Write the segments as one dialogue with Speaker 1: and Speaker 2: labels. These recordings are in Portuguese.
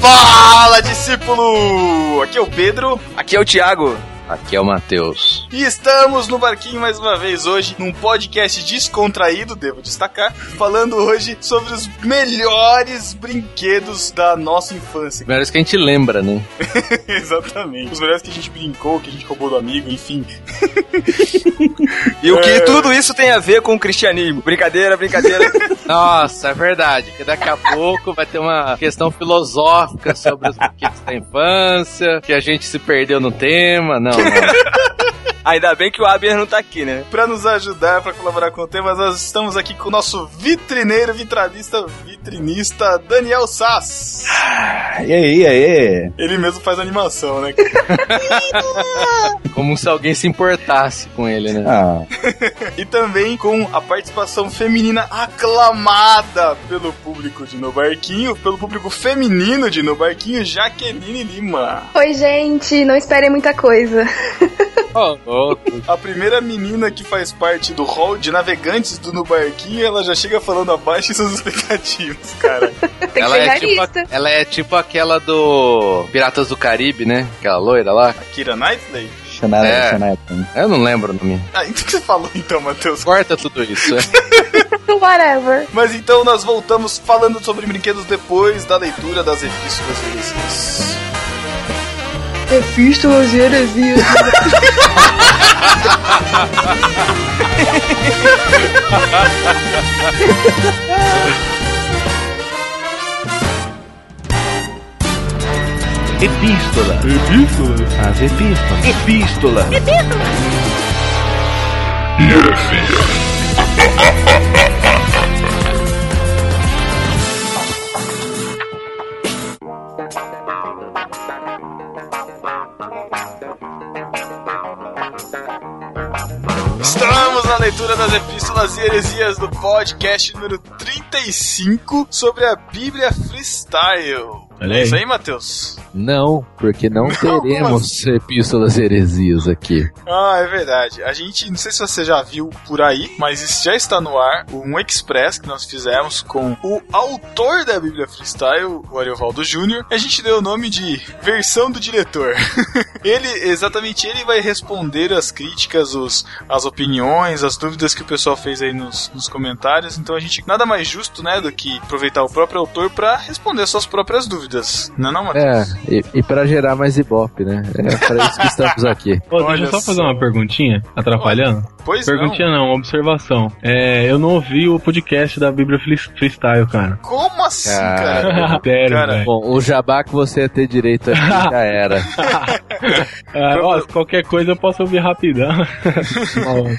Speaker 1: Fala, discípulo! Aqui é o Pedro
Speaker 2: Aqui é o Thiago. Aqui é o Matheus.
Speaker 1: e estamos no barquinho mais uma vez hoje, num podcast descontraído, devo destacar, falando hoje sobre os melhores brinquedos da nossa infância.
Speaker 2: Melhores que a gente lembra, né?
Speaker 1: Exatamente. Os melhores que a gente brincou, que a gente roubou do amigo, enfim.
Speaker 2: E o
Speaker 3: É.
Speaker 2: que tudo.
Speaker 4: isso tem a ver com o cristianismo. Brincadeira, brincadeira.
Speaker 2: Nossa, é verdade. Porque daqui a pouco vai ter uma questão filosófica sobre os brinquedos da infância, que a gente se perdeu no tema. Não, não.
Speaker 4: Ainda bem que o Abner não tá aqui, né?
Speaker 1: Pra nos ajudar, pra colaborar com o tema, nós estamos aqui com o nosso vitrineiro, vitralista, vitrinista, Daniel Sass.
Speaker 5: E aí, aí?
Speaker 1: Ele mesmo faz animação, né?
Speaker 2: Como se alguém se importasse com ele, né?
Speaker 5: Ah,
Speaker 1: E também com a participação feminina aclamada pelo público de No Barquinho, pelo público feminino de No Barquinho, Jaqueline Lima.
Speaker 3: Oi, gente, não esperem muita coisa.
Speaker 2: Oh, oh,
Speaker 1: A primeira menina que faz parte do hall de navegantes do No Barquinho, ela já chega falando abaixo de suas expectativas, cara.
Speaker 3: Tem que
Speaker 2: ela,
Speaker 3: ser
Speaker 2: é tipo,
Speaker 3: realista.
Speaker 2: a- ela é tipo aquela do Piratas do Caribe, né? Aquela loira lá.
Speaker 1: Kira Knightley?
Speaker 5: Shonara,
Speaker 2: É.
Speaker 5: Shonara.
Speaker 2: Eu não lembro o nome.
Speaker 1: Ah, então o que você falou então, Matheus?
Speaker 2: Corta tudo isso.
Speaker 3: Whatever.
Speaker 1: Mas então nós voltamos falando sobre brinquedos depois da leitura das epístolas heresias.
Speaker 3: Epístolas e heresias.
Speaker 5: Epístola. Epístola. As epístolas. Epístola.
Speaker 1: Estamos na leitura das epístolas e heresias do podcast número 35 sobre a Bíblia Freestyle.
Speaker 5: Olha aí.
Speaker 1: É isso aí, Matheus?
Speaker 2: Não, porque não teremos epístolas heresias aqui.
Speaker 1: Ah, é verdade. A gente, não sei se você já viu por aí, mas isso já está no ar um express que nós fizemos com o autor da Bíblia Freestyle, o Ariovaldo Júnior. A gente deu o nome de versão do diretor. ele, exatamente, ele vai responder as críticas, os, as opiniões, as dúvidas que o pessoal fez aí nos, nos comentários. Então a gente, nada mais justo, né, do que aproveitar o próprio autor para responder suas próprias dúvidas. Não é não, Matheus?
Speaker 2: É, e, e para gerar mais ibope, né? É para isso que estamos aqui.
Speaker 6: Pô,
Speaker 1: Olha
Speaker 6: deixa eu só
Speaker 1: só.
Speaker 6: fazer uma perguntinha, atrapalhando.
Speaker 1: Pois não.
Speaker 6: perguntinha não, observação. É, eu não ouvi o podcast da Bíblia Fli- Freestyle, cara. É
Speaker 1: Como assim,
Speaker 2: Cara.
Speaker 1: cara?
Speaker 6: Sério,
Speaker 1: Cara.
Speaker 6: velho.
Speaker 2: Bom, o jabá que você ia ter direito aqui já era.
Speaker 6: Ah, ó, se qualquer coisa eu posso ouvir rapidão.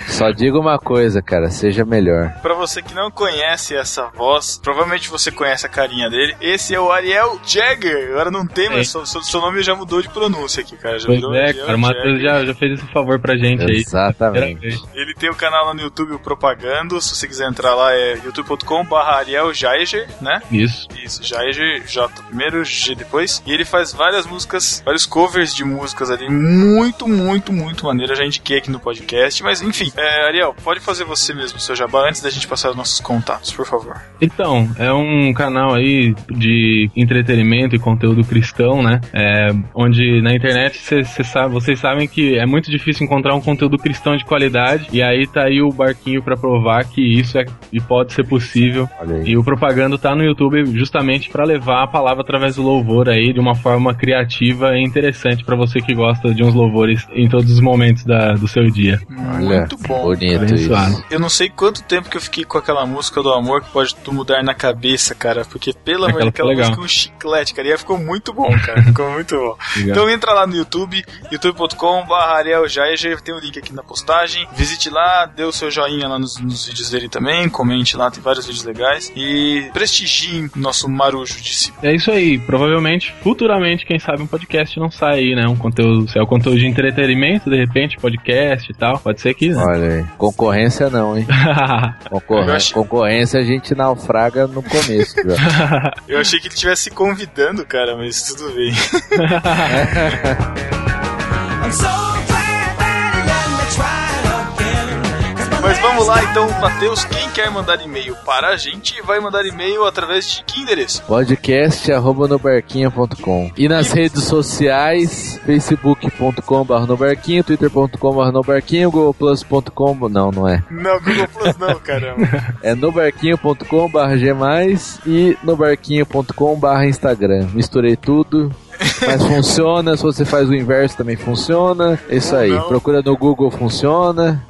Speaker 2: Só digo uma coisa, cara, seja melhor.
Speaker 1: Pra você que não conhece essa voz, provavelmente você conhece a carinha dele. Esse é o Ariel Jagger. Agora não tem, mas
Speaker 6: É.
Speaker 1: seu, seu- seu nome já mudou de pronúncia aqui, cara. Já
Speaker 6: pois
Speaker 1: virou
Speaker 6: é,
Speaker 1: Ariel
Speaker 6: cara, o Matheus
Speaker 1: Jagger.
Speaker 6: já, já fez esse favor pra gente aí. Primeira
Speaker 2: Exatamente.
Speaker 6: vez.
Speaker 1: Ele tem o canal lá no YouTube, o Propagando. Se você quiser entrar lá, é youtube.com.br Ariel Jaiger, né?
Speaker 6: Isso.
Speaker 1: Isso, Jair J primeiro, G depois. E ele faz várias músicas, vários covers de músicas ali. Muito, muito, muito maneiro. Eu já indiquei aqui no podcast. Mas enfim, é, Ariel, pode fazer você mesmo, seu jabá, antes da gente passar os nossos contatos, por favor.
Speaker 6: Então, é um canal aí de entretenimento e conteúdo cristão, né? É, onde na internet cê- cê sabe- vocês sabem que é muito difícil encontrar um conteúdo cristão de qualidade. E aí tá aí o barquinho pra provar que isso é e pode ser possível.
Speaker 2: Olha aí.
Speaker 6: E o propagando tá no YouTube justamente pra levar a palavra através do louvor aí de uma forma criativa e interessante pra você que gosta de uns louvores em todos os momentos da- do seu dia.
Speaker 2: Olha,
Speaker 1: muito bom.
Speaker 2: Bonito isso.
Speaker 6: Abençoado.
Speaker 1: Eu não sei quanto tempo que eu fiquei com aquela música do amor que pode tu mudar na cabeça, cara. Porque, pelo amor
Speaker 6: Aquela
Speaker 1: daquela
Speaker 6: ficou legal.
Speaker 1: música é um chiclete, cara. E aí ficou muito bom, cara. Ficou muito bom. Então entra lá no YouTube, youtube.com.br Ariel Jaeger, tem o link aqui na postagem. Visite lá, dê o seu joinha lá nos, nos vídeos dele também, comente lá, tem vários vídeos legais. E prestigiem nosso marujo de si.
Speaker 6: É isso aí, provavelmente, futuramente, quem sabe um podcast não sai aí, né? Um conteúdo, se é o conteúdo de entretenimento, de repente, podcast e tal, pode ser que. né?
Speaker 2: Olha aí. Concorrência não, hein? Concorren-
Speaker 1: Eu acho-
Speaker 2: Concorrência a gente naufraga no começo. já.
Speaker 1: Eu achei que ele estivesse convidando, cara, mas tudo bem. Mas vamos vamos lá então, Matheus. Quem quer mandar e-mail para a gente vai mandar e-mail através de que endereço?
Speaker 2: Podcast arroba nobarquinha.com E nas redes sociais, facebook.com barra nobarquinho, twitter.com barra nobarquinho, googleplus.com... Não, não é.
Speaker 1: Não, Google Plus não, caramba.
Speaker 2: É nobarquinho.com barra g+, e nobarquinho.com barra instagram. Misturei tudo... Mas funciona, se você faz o inverso também funciona. É Isso
Speaker 1: Ou
Speaker 2: aí,
Speaker 1: não.
Speaker 2: procura no Google funciona.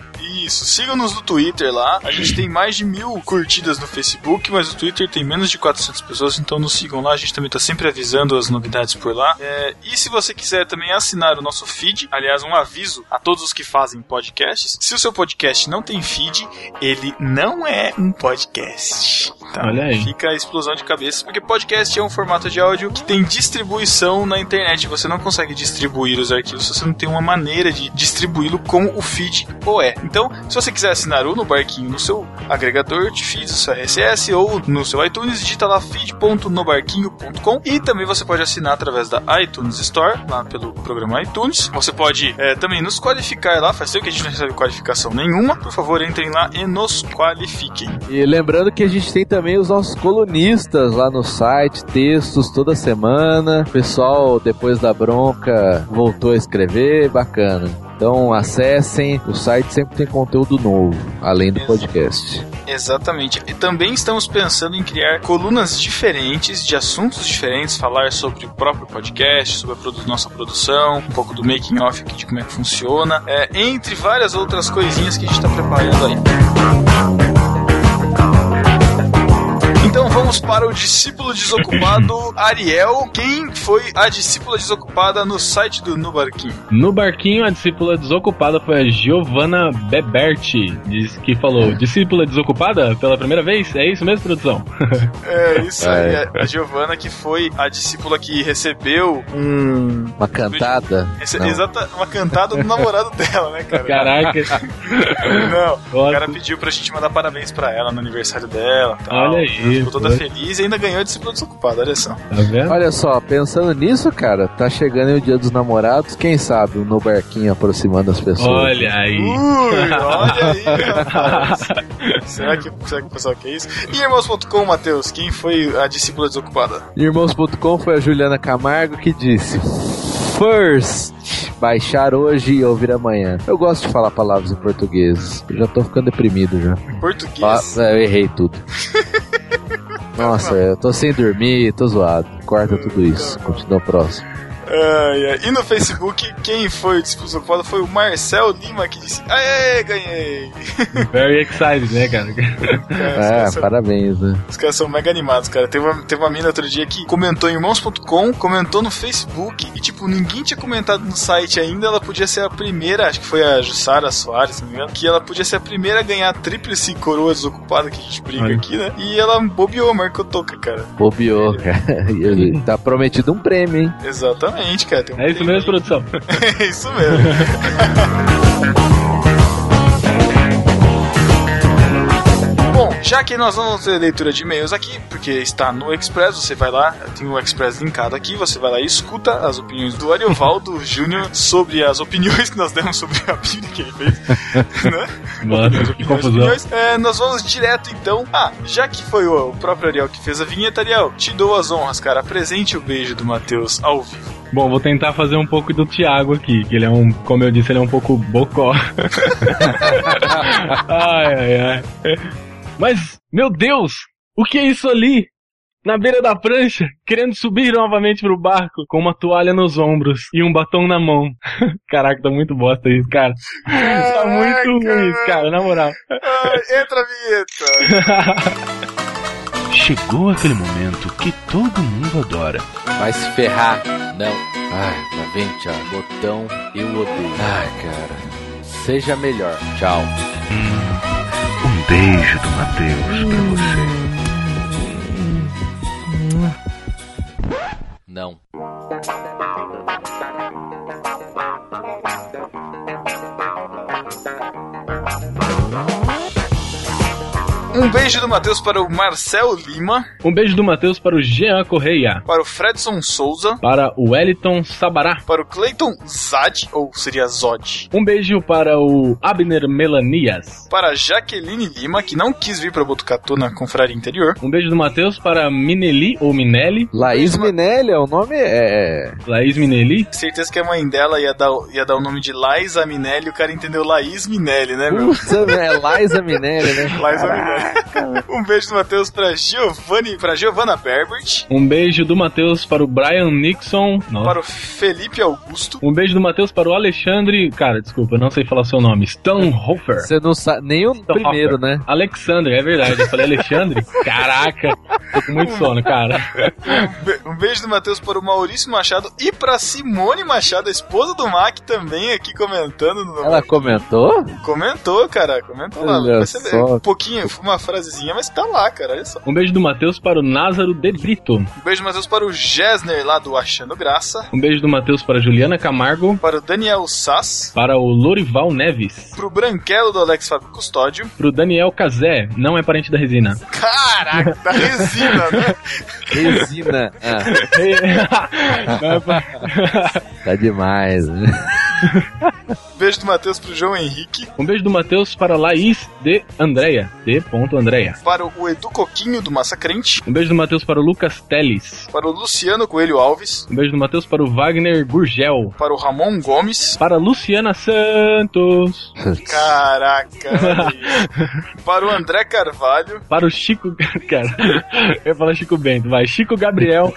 Speaker 1: Isso, sigam-nos no Twitter lá. A gente tem mais de mil curtidas no Facebook, mas o Twitter tem menos de 400 pessoas, então nos sigam lá. A gente também tá sempre avisando as novidades por lá. É, e se você quiser também assinar o nosso feed, aliás, um aviso a todos os que fazem podcasts: se o seu podcast não tem feed, ele não é um podcast. Tá?
Speaker 6: Olha aí.
Speaker 1: Fica a explosão de cabeça, porque podcast é um formato de áudio que tem distribuição na internet. Você não consegue distribuir os arquivos se você não tem uma maneira de distribuí-lo com o feed OE. Então, se você quiser assinar o no barquinho no seu agregador de feeds RSS ou no seu iTunes, digita lá feed.nobarquinho.com e também você pode assinar através da iTunes Store, lá pelo programa iTunes. Você pode eh, também nos qualificar lá, faz tempo que a gente não recebe qualificação nenhuma. Por favor, entrem lá e nos qualifiquem.
Speaker 2: E lembrando que a gente tem também os nossos colunistas lá no site, textos toda semana. O pessoal, depois da bronca, voltou a escrever, bacana. Então acessem, o site sempre tem conteúdo novo, além do podcast.
Speaker 1: Exatamente. E também estamos pensando em criar colunas diferentes, de assuntos diferentes, falar sobre o próprio podcast, sobre a produ- nossa produção, um pouco do making off aqui de como é que funciona, é, entre várias outras coisinhas que a gente está preparando aí. Então vamos para o discípulo desocupado Ariel. Quem foi a discípula desocupada no site do Nubarquinho?
Speaker 6: No barquinho, a discípula desocupada foi a Giovanna Beberti. Diz que falou: discípula desocupada pela primeira vez? É isso mesmo, produção?
Speaker 1: É isso aí, é a Giovana que foi a discípula que recebeu um
Speaker 2: Uma cantada?
Speaker 1: Esse- é
Speaker 2: Não.
Speaker 1: exata, uma cantada do namorado dela, né, cara?
Speaker 6: Caraca,
Speaker 1: Não, o
Speaker 6: olha-
Speaker 1: cara pediu pra gente mandar parabéns pra ela no aniversário dela. Tal.
Speaker 6: Olha aí,
Speaker 1: Ficou toda
Speaker 6: olha.
Speaker 1: feliz e ainda ganhou de discípulo desocupado, olha só.
Speaker 6: tá vendo?
Speaker 2: Olha só, pensando nisso, cara, tá chegando aí o dia dos namorados, quem sabe no barquinho aproximando as pessoas.
Speaker 6: Olha aí.
Speaker 1: Ui, olha aí, rapaz. será, que, será que o pessoal quer isso? E irmãos.com, Matheus, quem foi a discípula desocupada?
Speaker 2: Irmãos.com foi a Juliana Camargo que disse: First, baixar hoje e ouvir amanhã. Eu gosto de falar palavras em português. Eu já tô ficando deprimido já.
Speaker 1: Em
Speaker 2: Ah,
Speaker 1: português.
Speaker 2: eu errei tudo. Nossa, eu tô sem dormir, tô zoado. Corta tudo isso. Continua o próximo.
Speaker 1: Ai, ai. E no Facebook, quem foi o discípulo desocupado foi o Marcel Lima que disse: Aê, ganhei!
Speaker 6: Very excited, né, cara?
Speaker 2: Ah, parabéns, né?
Speaker 1: Os caras são mega animados, cara. Teve uma, teve uma mina outro dia que comentou em irmãos.com, comentou no Facebook e, tipo, ninguém tinha comentado no site ainda. Ela podia ser a primeira, acho que foi a Jussara Soares, se não me engano, que ela podia ser a primeira a ganhar a tríplice coroa desocupada que a gente briga
Speaker 6: Olha.
Speaker 1: aqui, né? E ela bobeou, marcou toca, cara.
Speaker 2: Bobiou, cara. E ele Tá prometido um prêmio, hein?
Speaker 1: Exatamente, cara. Tem um
Speaker 6: É isso
Speaker 1: prêmio
Speaker 6: mesmo, produção?
Speaker 1: aí. É isso mesmo. Bom, já que nós vamos ter leitura de e-mails aqui, porque está no Express, você vai lá, tem o Express linkado aqui, você vai lá e escuta as opiniões do Ariovaldo Júnior sobre as opiniões que nós demos sobre a Bíblia que ele fez. né?
Speaker 6: Nossa, que confusão.
Speaker 1: É, nós vamos direto então. Ah, já que foi o, o próprio Ariel que fez a vinheta, Ariel, te dou as honras, cara. Apresente o beijo do Matheus ao vivo.
Speaker 6: Bom, vou tentar fazer um pouco do Thiago aqui, que ele é um, como eu disse, ele é um pouco bocó. ai, ai, ai. Mas, meu Deus, o que é isso ali? Na beira da prancha, querendo subir novamente pro barco, com uma toalha nos ombros e um batom na mão. Caraca, tá muito bosta isso, cara. Tá muito ruim isso, cara, na moral.
Speaker 1: Ah, entra a vinheta.
Speaker 5: Chegou aquele momento que todo mundo adora.
Speaker 2: Vai se ferrar. Não. Ai, tá vendo, tchau. Botão, eu odeio. Ai, cara. Seja melhor. Tchau.
Speaker 5: Um beijo do Matheus pra você.
Speaker 2: Não.
Speaker 1: Um beijo do Matheus para o Marcel Lima,
Speaker 6: Um beijo do Matheus para o Jean Correia,
Speaker 1: para o Fredson Souza,
Speaker 6: para o Wellington Sabará.
Speaker 1: para o Clayton Zad, ou seria Zod,
Speaker 6: Um beijo para o Abner Melanias.
Speaker 1: para a Jaqueline Lima, que não quis vir para Botucatu na confraria interior,
Speaker 6: Um beijo do Matheus para Mineli ou Minelli,
Speaker 2: Laís Minelli, é o nome é. é-
Speaker 6: Laís Minelli.
Speaker 1: certeza que a mãe dela ia dar, o- ia dar o nome de Laísa Minelli, o cara entendeu Laís Minelli, né, meu?
Speaker 2: Putz, é Laísa Minelli, né?
Speaker 1: Laísa Minelli. um beijo do Matheus para Giovanni, para Giovanna Berbert,
Speaker 6: Um beijo do Matheus para o Brian Nixon. Nossa.
Speaker 1: para o Felipe Augusto,
Speaker 6: Um beijo do Matheus para o Alexandre. Cara, desculpa, não sei falar seu nome. Stonehofer.
Speaker 2: Você não sabe nem o
Speaker 6: Então,
Speaker 2: primeiro, né?
Speaker 6: Alexandre, é verdade. Eu falei Alexandre? Caraca, tô com muito sono, cara.
Speaker 1: Be- Um beijo do Matheus para o Maurício Machado e para Simone Machado, a esposa do Mac, também aqui comentando. No...
Speaker 2: Ela comentou?
Speaker 1: Comentou, cara, comentou lá.
Speaker 2: Olha
Speaker 1: Você vê,
Speaker 2: só.
Speaker 1: Um pouquinho, uma frasezinha, mas tá lá, cara, olha só.
Speaker 6: Um beijo do Matheus para o Názaro De Brito.
Speaker 1: Um beijo do Matheus para o Gessner lá do Achando Graça,
Speaker 6: Um beijo do Matheus para a Juliana Camargo.
Speaker 1: para o Daniel Sass,
Speaker 6: Para o Lorival Neves.
Speaker 1: para o Branquelo do Alex Fábio Custódio.
Speaker 6: Para o Daniel Cazé. Não é parente da resina.
Speaker 1: Caraca, da resina, né?
Speaker 2: Resina. Ah,
Speaker 6: Não é pa-
Speaker 2: tá demais. né?
Speaker 1: Um beijo do Matheus para o João Henrique,
Speaker 6: um beijo do Matheus para Laís de Andréia. De ponto Andréia.
Speaker 1: para o Edu Coquinho do Massacrente,
Speaker 6: Um beijo do Matheus para o Lucas Teles.
Speaker 1: para o Luciano Coelho Alves,
Speaker 6: Um beijo do Matheus para o Wagner Gurgel.
Speaker 1: para o Ramon Gomes,
Speaker 6: Para a Luciana Santos.
Speaker 1: Caraca, olha isso. para o André Carvalho,
Speaker 6: Para o Chico. Cara, eu ia falar Chico Bento, vai. Chico Gabriel.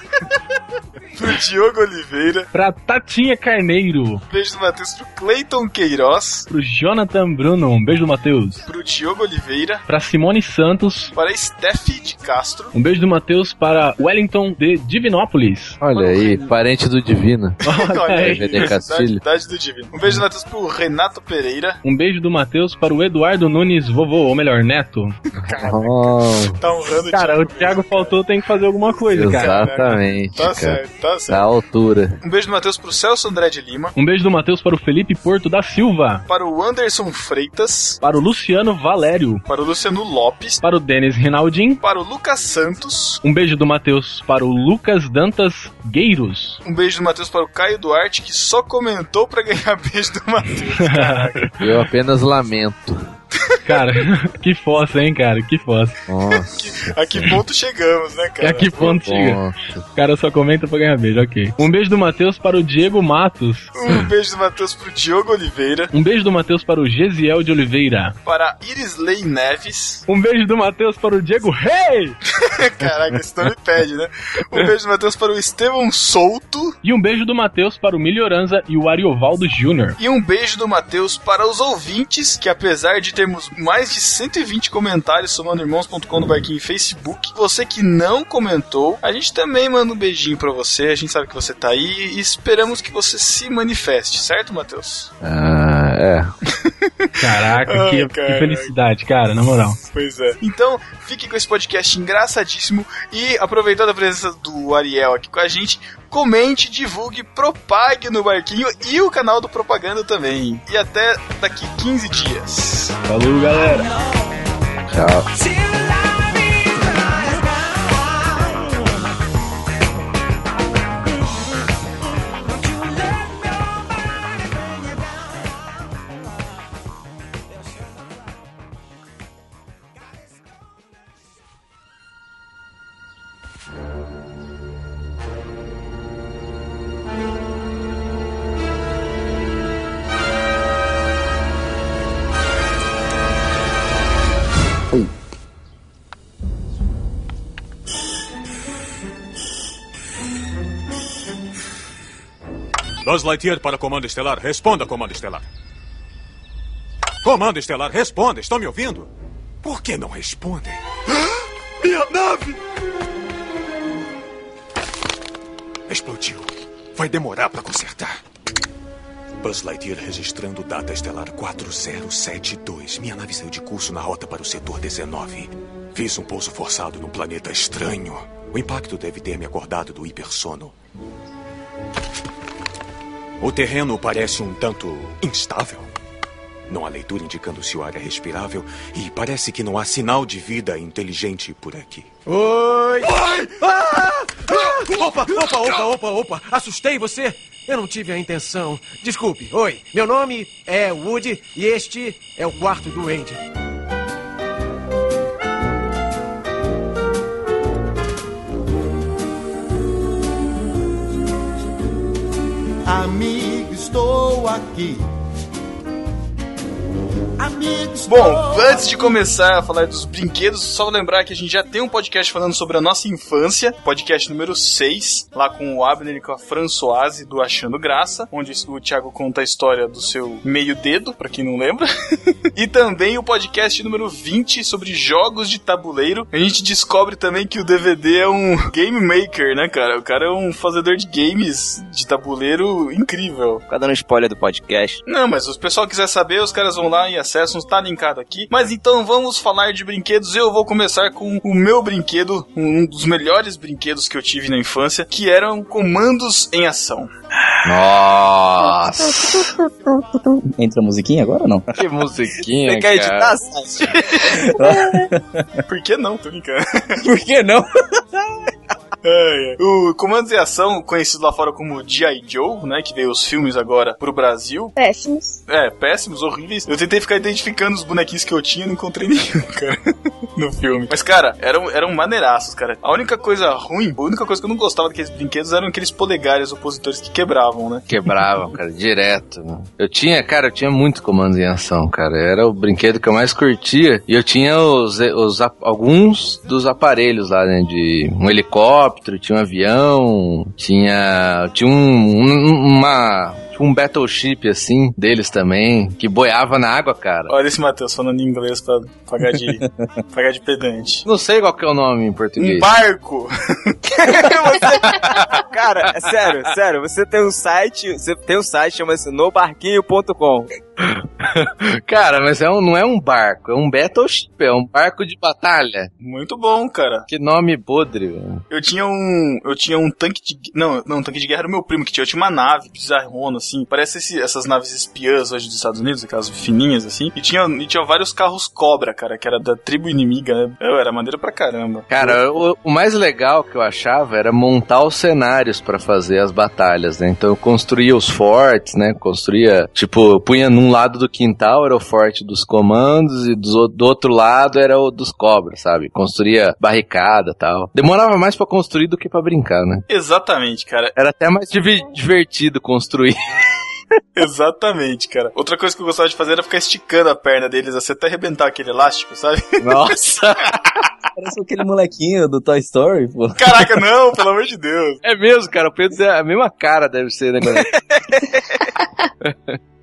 Speaker 1: pro Diogo Oliveira,
Speaker 6: Pra Tatinha Carneiro.
Speaker 1: beijo do Matheus pro Cleiton Queiroz,
Speaker 6: Pro Jonathan Bruno. Um beijo do Matheus.
Speaker 1: pro Diogo Oliveira,
Speaker 6: Pra Simone Santos.
Speaker 1: para a Steph de Castro,
Speaker 6: Um beijo do Matheus para Wellington de Divinópolis.
Speaker 2: Olha aí, parente do Divino.
Speaker 1: Olha aí,
Speaker 2: René
Speaker 1: cidade-
Speaker 2: Castilho.
Speaker 1: cidade do Divino. Um beijo do Matheus pro Renato Pereira,
Speaker 6: Um beijo do Matheus para o Eduardo Nunes Vovô, ou melhor, Neto.
Speaker 2: Oh,
Speaker 1: tá honrando
Speaker 6: Cara, o
Speaker 1: Bento.
Speaker 6: Thiago faltou, tem que fazer alguma coisa, cara.
Speaker 2: exatamente,
Speaker 1: Tá
Speaker 2: cara.
Speaker 1: certo, tá certo.
Speaker 2: Da altura.
Speaker 1: Um beijo do Matheus pro Celso André de Lima,
Speaker 6: Um beijo do Matheus para o Felipe Porto da Silva.
Speaker 1: para o Anderson Freitas,
Speaker 6: Para o Luciano Valério.
Speaker 1: para o Luciano Lopes,
Speaker 6: Para o Denis Rinaldin.
Speaker 1: para o Lucas Santos,
Speaker 6: Um beijo do Matheus para o Lucas Dantas Gueiros.
Speaker 1: um beijo do Matheus para o Caio Duarte, que só comentou pra ganhar beijo do Matheus.
Speaker 2: Eu apenas lamento.
Speaker 6: Cara, que fossa, hein, cara? Que fossa.
Speaker 2: Nossa.
Speaker 1: A que ponto chegamos, né, cara?
Speaker 6: A que ponto chega?
Speaker 2: Nossa.
Speaker 6: O cara só comenta pra ganhar beijo, ok. Um beijo do Matheus para o Diego Matos.
Speaker 1: Um beijo do Matheus pro Diogo Oliveira,
Speaker 6: Um beijo do Matheus para o Gesiel de Oliveira.
Speaker 1: para Irisley Neves.
Speaker 6: Um beijo do Matheus para o Diego Rei!
Speaker 1: Caraca, esse nome pede, né? Um beijo do Matheus para o Estevão Souto.
Speaker 6: E um beijo do Matheus para o Melhoranza e o Ariovaldo Júnior.
Speaker 1: E um beijo do Matheus para os ouvintes, que apesar de termos mais de 120 comentários somando irmãos.com no barquinho e Facebook, você que não comentou, a gente também manda um beijinho pra você, a gente sabe que você tá aí e esperamos que você se manifeste, certo, Matheus?
Speaker 2: Ah, é.
Speaker 6: Caraca,
Speaker 1: Ai,
Speaker 6: que,
Speaker 1: cara.
Speaker 6: que felicidade, cara, na moral.
Speaker 1: Pois é. Então, fique com esse podcast engraçadíssimo e aproveitando a presença do Ariel aqui com a gente, comente, divulgue, propague no barquinho e o canal do Propaganda também. E até daqui 15 dias.
Speaker 6: Falou, galera.
Speaker 2: Tchau.
Speaker 7: Buzz Lightyear para Comando Estelar. Responda, Comando Estelar. Comando Estelar, responda. Estão me ouvindo? Por que não respondem? Minha nave! Explodiu. Vai demorar para consertar. Buzz Lightyear registrando data estelar 4072. Minha nave saiu de curso na rota para o setor 19. Fiz um pouso forçado num planeta estranho. O impacto deve ter me acordado do hipersono. O terreno parece um tanto instável. Não há leitura indicando se o ar é respirável e parece que não há sinal de vida inteligente por aqui.
Speaker 8: Oi!
Speaker 7: Ai!
Speaker 8: Opa, opa, opa, opa, opa! Assustei você! Eu não tive a intenção. Desculpe, oi. Meu nome é Woody e este é o quarto duende.
Speaker 9: Amigo, estou aqui. Amigo, estou
Speaker 1: Bom, antes de começar a falar dos brinquedos, só lembrar que a gente já tem um podcast falando sobre a nossa infância, podcast número 6, lá com o Abner e com a Françoise do Achando Graça, onde o Thiago conta a história do seu meio dedo, pra quem não lembra. e também o podcast número 20 sobre jogos de tabuleiro. A gente descobre também que o DVD é um game maker, né, cara? O cara é um fazedor de games de tabuleiro incrível.
Speaker 4: Fica dando spoiler do podcast.
Speaker 1: Não, mas se o pessoal quiser saber, os caras vão lá e acessam, tá linkado aqui. Mas então vamos falar de brinquedos. Eu vou começar com o meu brinquedo, um dos melhores brinquedos que eu tive na infância, que eram comandos em ação.
Speaker 2: Nossa!
Speaker 10: Entra a musiquinha agora ou não?
Speaker 2: Que musiquinha,
Speaker 4: Você quer
Speaker 2: cara.
Speaker 4: editar, Sasha?
Speaker 1: Por que não? Tô brincando.
Speaker 10: Por que não?
Speaker 1: Ai, ai. O Comandos em Ação, conhecido lá fora como G.I. Joe, né? Que veio os filmes agora pro Brasil.
Speaker 3: Péssimos.
Speaker 1: É, péssimos, horríveis. Eu tentei ficar identificando os bonequinhos que eu tinha e não encontrei nenhum, cara, no filme. Mas, cara, eram, eram maneiraços, cara. A única coisa ruim, a única coisa que eu não gostava daqueles brinquedos eram aqueles polegares opositores que quebravam, né?
Speaker 2: Quebravam, cara, direto. mano. Eu tinha, cara, eu tinha muito comando em ação, cara. Era o brinquedo que eu mais curtia. E eu tinha os, os a- alguns dos aparelhos lá, né? De um helicóptero, tinha um avião, tinha. Tinha um, um- uma. tipo Um battleship assim, deles também, que boiava na água, cara.
Speaker 1: Olha esse Matheus falando em inglês pra pagar de, pagar de pedante.
Speaker 2: Não sei qual que é o nome em
Speaker 1: Um
Speaker 2: português.
Speaker 1: barco!
Speaker 4: Você- Cara, é sério, sério. Você tem um site, você tem um site, chama-se nobarquinho.com.
Speaker 2: Cara, mas é um, não é um barco, é um battleship, é um barco de batalha.
Speaker 1: Muito bom, cara.
Speaker 2: Que nome podre, velho.
Speaker 1: Eu tinha um. Eu tinha um tanque de. gue- Não, não, um tanque de guerra era o meu primo que tinha. Eu tinha uma nave bizarrona, assim. Parece esse- essas naves espiãs hoje dos Estados Unidos, aquelas fininhas, assim. E tinha, e tinha vários carros cobra, cara, que era da tribo inimiga, né? Eu era maneiro pra caramba.
Speaker 2: Cara, o, o mais legal que eu achava era montar os cenários pra fazer as batalhas, né? Então eu construía os fortes, né? Construía, tipo, eu punha num lado do quintal era o forte dos comandos e dos o- do outro lado era o dos cobras, sabe? Construía barricada, tal. Demorava mais pra construir do que pra brincar, né?
Speaker 1: Exatamente, cara.
Speaker 2: Era até mais divi- divertido construir.
Speaker 1: Exatamente, cara. Outra coisa que eu gostava de fazer era ficar esticando a perna deles, assim, até arrebentar aquele elástico, sabe?
Speaker 2: Nossa,
Speaker 10: Parece aquele molequinho do Toy Story, pô.
Speaker 1: Caraca, não, pelo amor de Deus.
Speaker 2: É mesmo, cara. O Pedro é a mesma cara, deve ser, né, cara?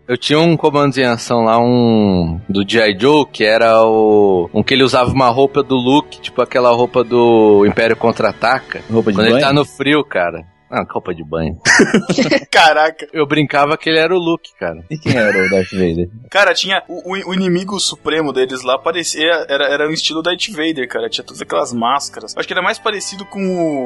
Speaker 2: Eu tinha um comando em ação lá, um do G.I. Joe, que era o. um que ele usava uma roupa do Luke, tipo aquela roupa do Império Contra-Ataca.
Speaker 10: Roupa de
Speaker 2: Quando ele
Speaker 10: banho?
Speaker 2: tá no frio, cara. Ah, roupa de banho.
Speaker 1: Caraca.
Speaker 2: Eu brincava que ele era o Luke, cara.
Speaker 10: E quem era o Darth Vader?
Speaker 1: Cara, tinha. O, o- o inimigo supremo deles lá parecia. Era, era um estilo Darth Vader, cara. Tinha todas aquelas máscaras. Acho que era mais parecido com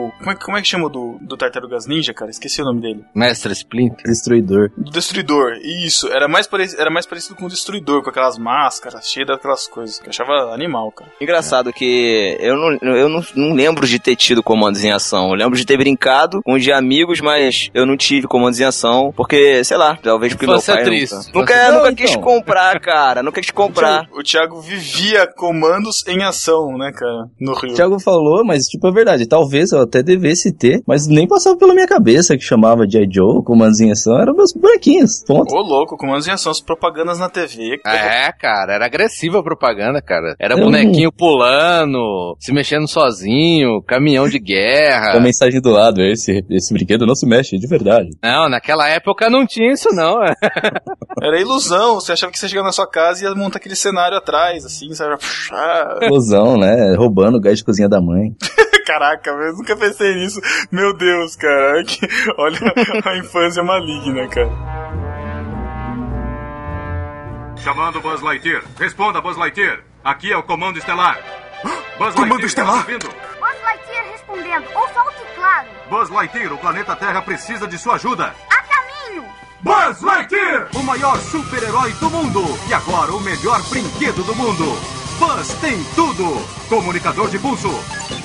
Speaker 1: o. Como é, que- como é que chama o do, do Tartarugas Ninja, cara? Esqueci o nome dele.
Speaker 2: Mestre Splinter.
Speaker 10: Destruidor.
Speaker 1: Do Destruidor. Isso. Era mais, parec- era mais parecido com o Destruidor, com aquelas máscaras, cheia daquelas coisas. Que eu achava animal, cara.
Speaker 4: Engraçado que eu, não, eu não, não lembro de ter tido comandos em ação. Eu lembro de ter brincado com os de amigos, mas eu não tive comandos em ação. Porque, sei lá, talvez porque meu
Speaker 2: Infância
Speaker 4: pai
Speaker 2: triste.
Speaker 4: nunca... Nunca,
Speaker 2: Infância-
Speaker 4: nunca quis
Speaker 10: então.
Speaker 4: comprar, cara. Nunca quis comprar.
Speaker 1: O Thiago vivia comandos em ação, né, cara? No Rio.
Speaker 10: O Thiago falou, mas tipo, é verdade. Talvez eu até devesse ter, mas nem passava pela minha cabeça que chamava de I. Joe, comandos em ação, eram meus bonequinhos, ponto.
Speaker 1: Ô, louco, comandos em ação, as propagandas na TV. cara.
Speaker 2: É, cara, era agressiva a propaganda, cara. Era
Speaker 10: Eu-
Speaker 2: bonequinho pulando, se mexendo sozinho, caminhão de guerra.
Speaker 10: Com a mensagem do lado, esse, esse brinquedo não se mexe, de verdade.
Speaker 2: Não, naquela época não tinha isso, não. é.
Speaker 1: Era ilusão. Você achava que você chegava na sua casa e ia montar aquele cenário atrás, assim, sabe? Ah,
Speaker 10: Explosão, né? Roubando o gás de cozinha da mãe.
Speaker 1: Caraca, eu nunca pensei nisso. Meu Deus, cara. olha que- Olha a infância é maligna, cara.
Speaker 5: Chamando Buzz Lightyear. Responda, Buzz Lightyear. Aqui é o Comando Estelar. Buzz
Speaker 7: Comando
Speaker 5: está
Speaker 7: Estelar?
Speaker 5: ouvindo?
Speaker 11: Buzz Lightyear respondendo. Ouça alto e claro.
Speaker 5: Buzz Lightyear, o planeta Terra precisa de sua ajuda.
Speaker 11: A caminho.
Speaker 5: Buzz Lightyear, o maior super-herói do mundo e agora o melhor brinquedo do mundo. Buzz tem tudo: comunicador de pulso,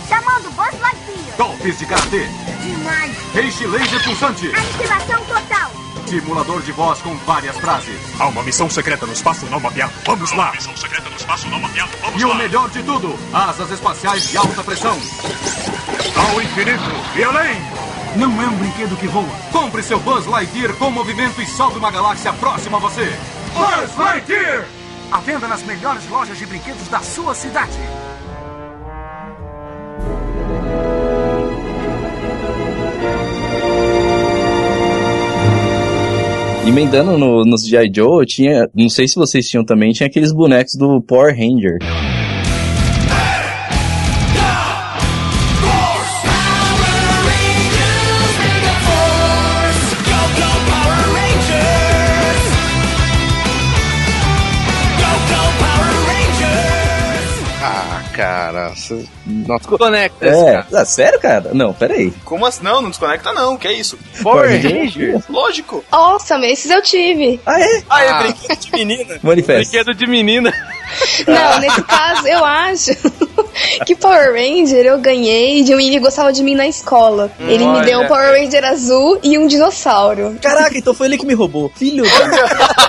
Speaker 11: Chamando Buzz Lightyear.
Speaker 5: golpes de karatê,
Speaker 11: Demais.
Speaker 5: peixe laser pulsante,
Speaker 11: Aniquilação total.
Speaker 5: simulador de voz com várias frases.
Speaker 7: Há uma missão secreta no espaço não mapeado. Vamos lá! missão secreta no espaço não mapeado.
Speaker 5: E o melhor de tudo, asas espaciais de alta pressão. Ao infinito e além! Não é um brinquedo que voa. Compre seu Buzz Lightyear com movimento e salve uma galáxia próxima a você. Buzz Lightyear! A venda nas melhores lojas de brinquedos da sua cidade.
Speaker 10: Emendando no, nos G.I. Joe, tinha. Não sei se vocês tinham também, tinha aqueles bonecos do Power Ranger.
Speaker 12: Ah, cara. cê- Nossa,
Speaker 2: conecta
Speaker 10: É, ah, sério, cara? Não, peraí.
Speaker 1: Como assim? Não, não desconecta não, que é isso?
Speaker 10: Power
Speaker 1: Power
Speaker 10: Ranger?
Speaker 1: Ranger? Lógico.
Speaker 3: Nossa, mas esses eu tive.
Speaker 10: Ah, é?
Speaker 1: Ah, é
Speaker 3: Ah.
Speaker 1: brinquedo de menina.
Speaker 10: Manifesto.
Speaker 6: Brinquedo de menina.
Speaker 3: Não, nesse caso, eu acho que Power Ranger eu ganhei de um menino que gostava de mim na escola. Ele me deu um
Speaker 10: Olha.
Speaker 3: Power Ranger azul e um dinossauro.
Speaker 10: Caraca, então foi ele que me roubou. Filho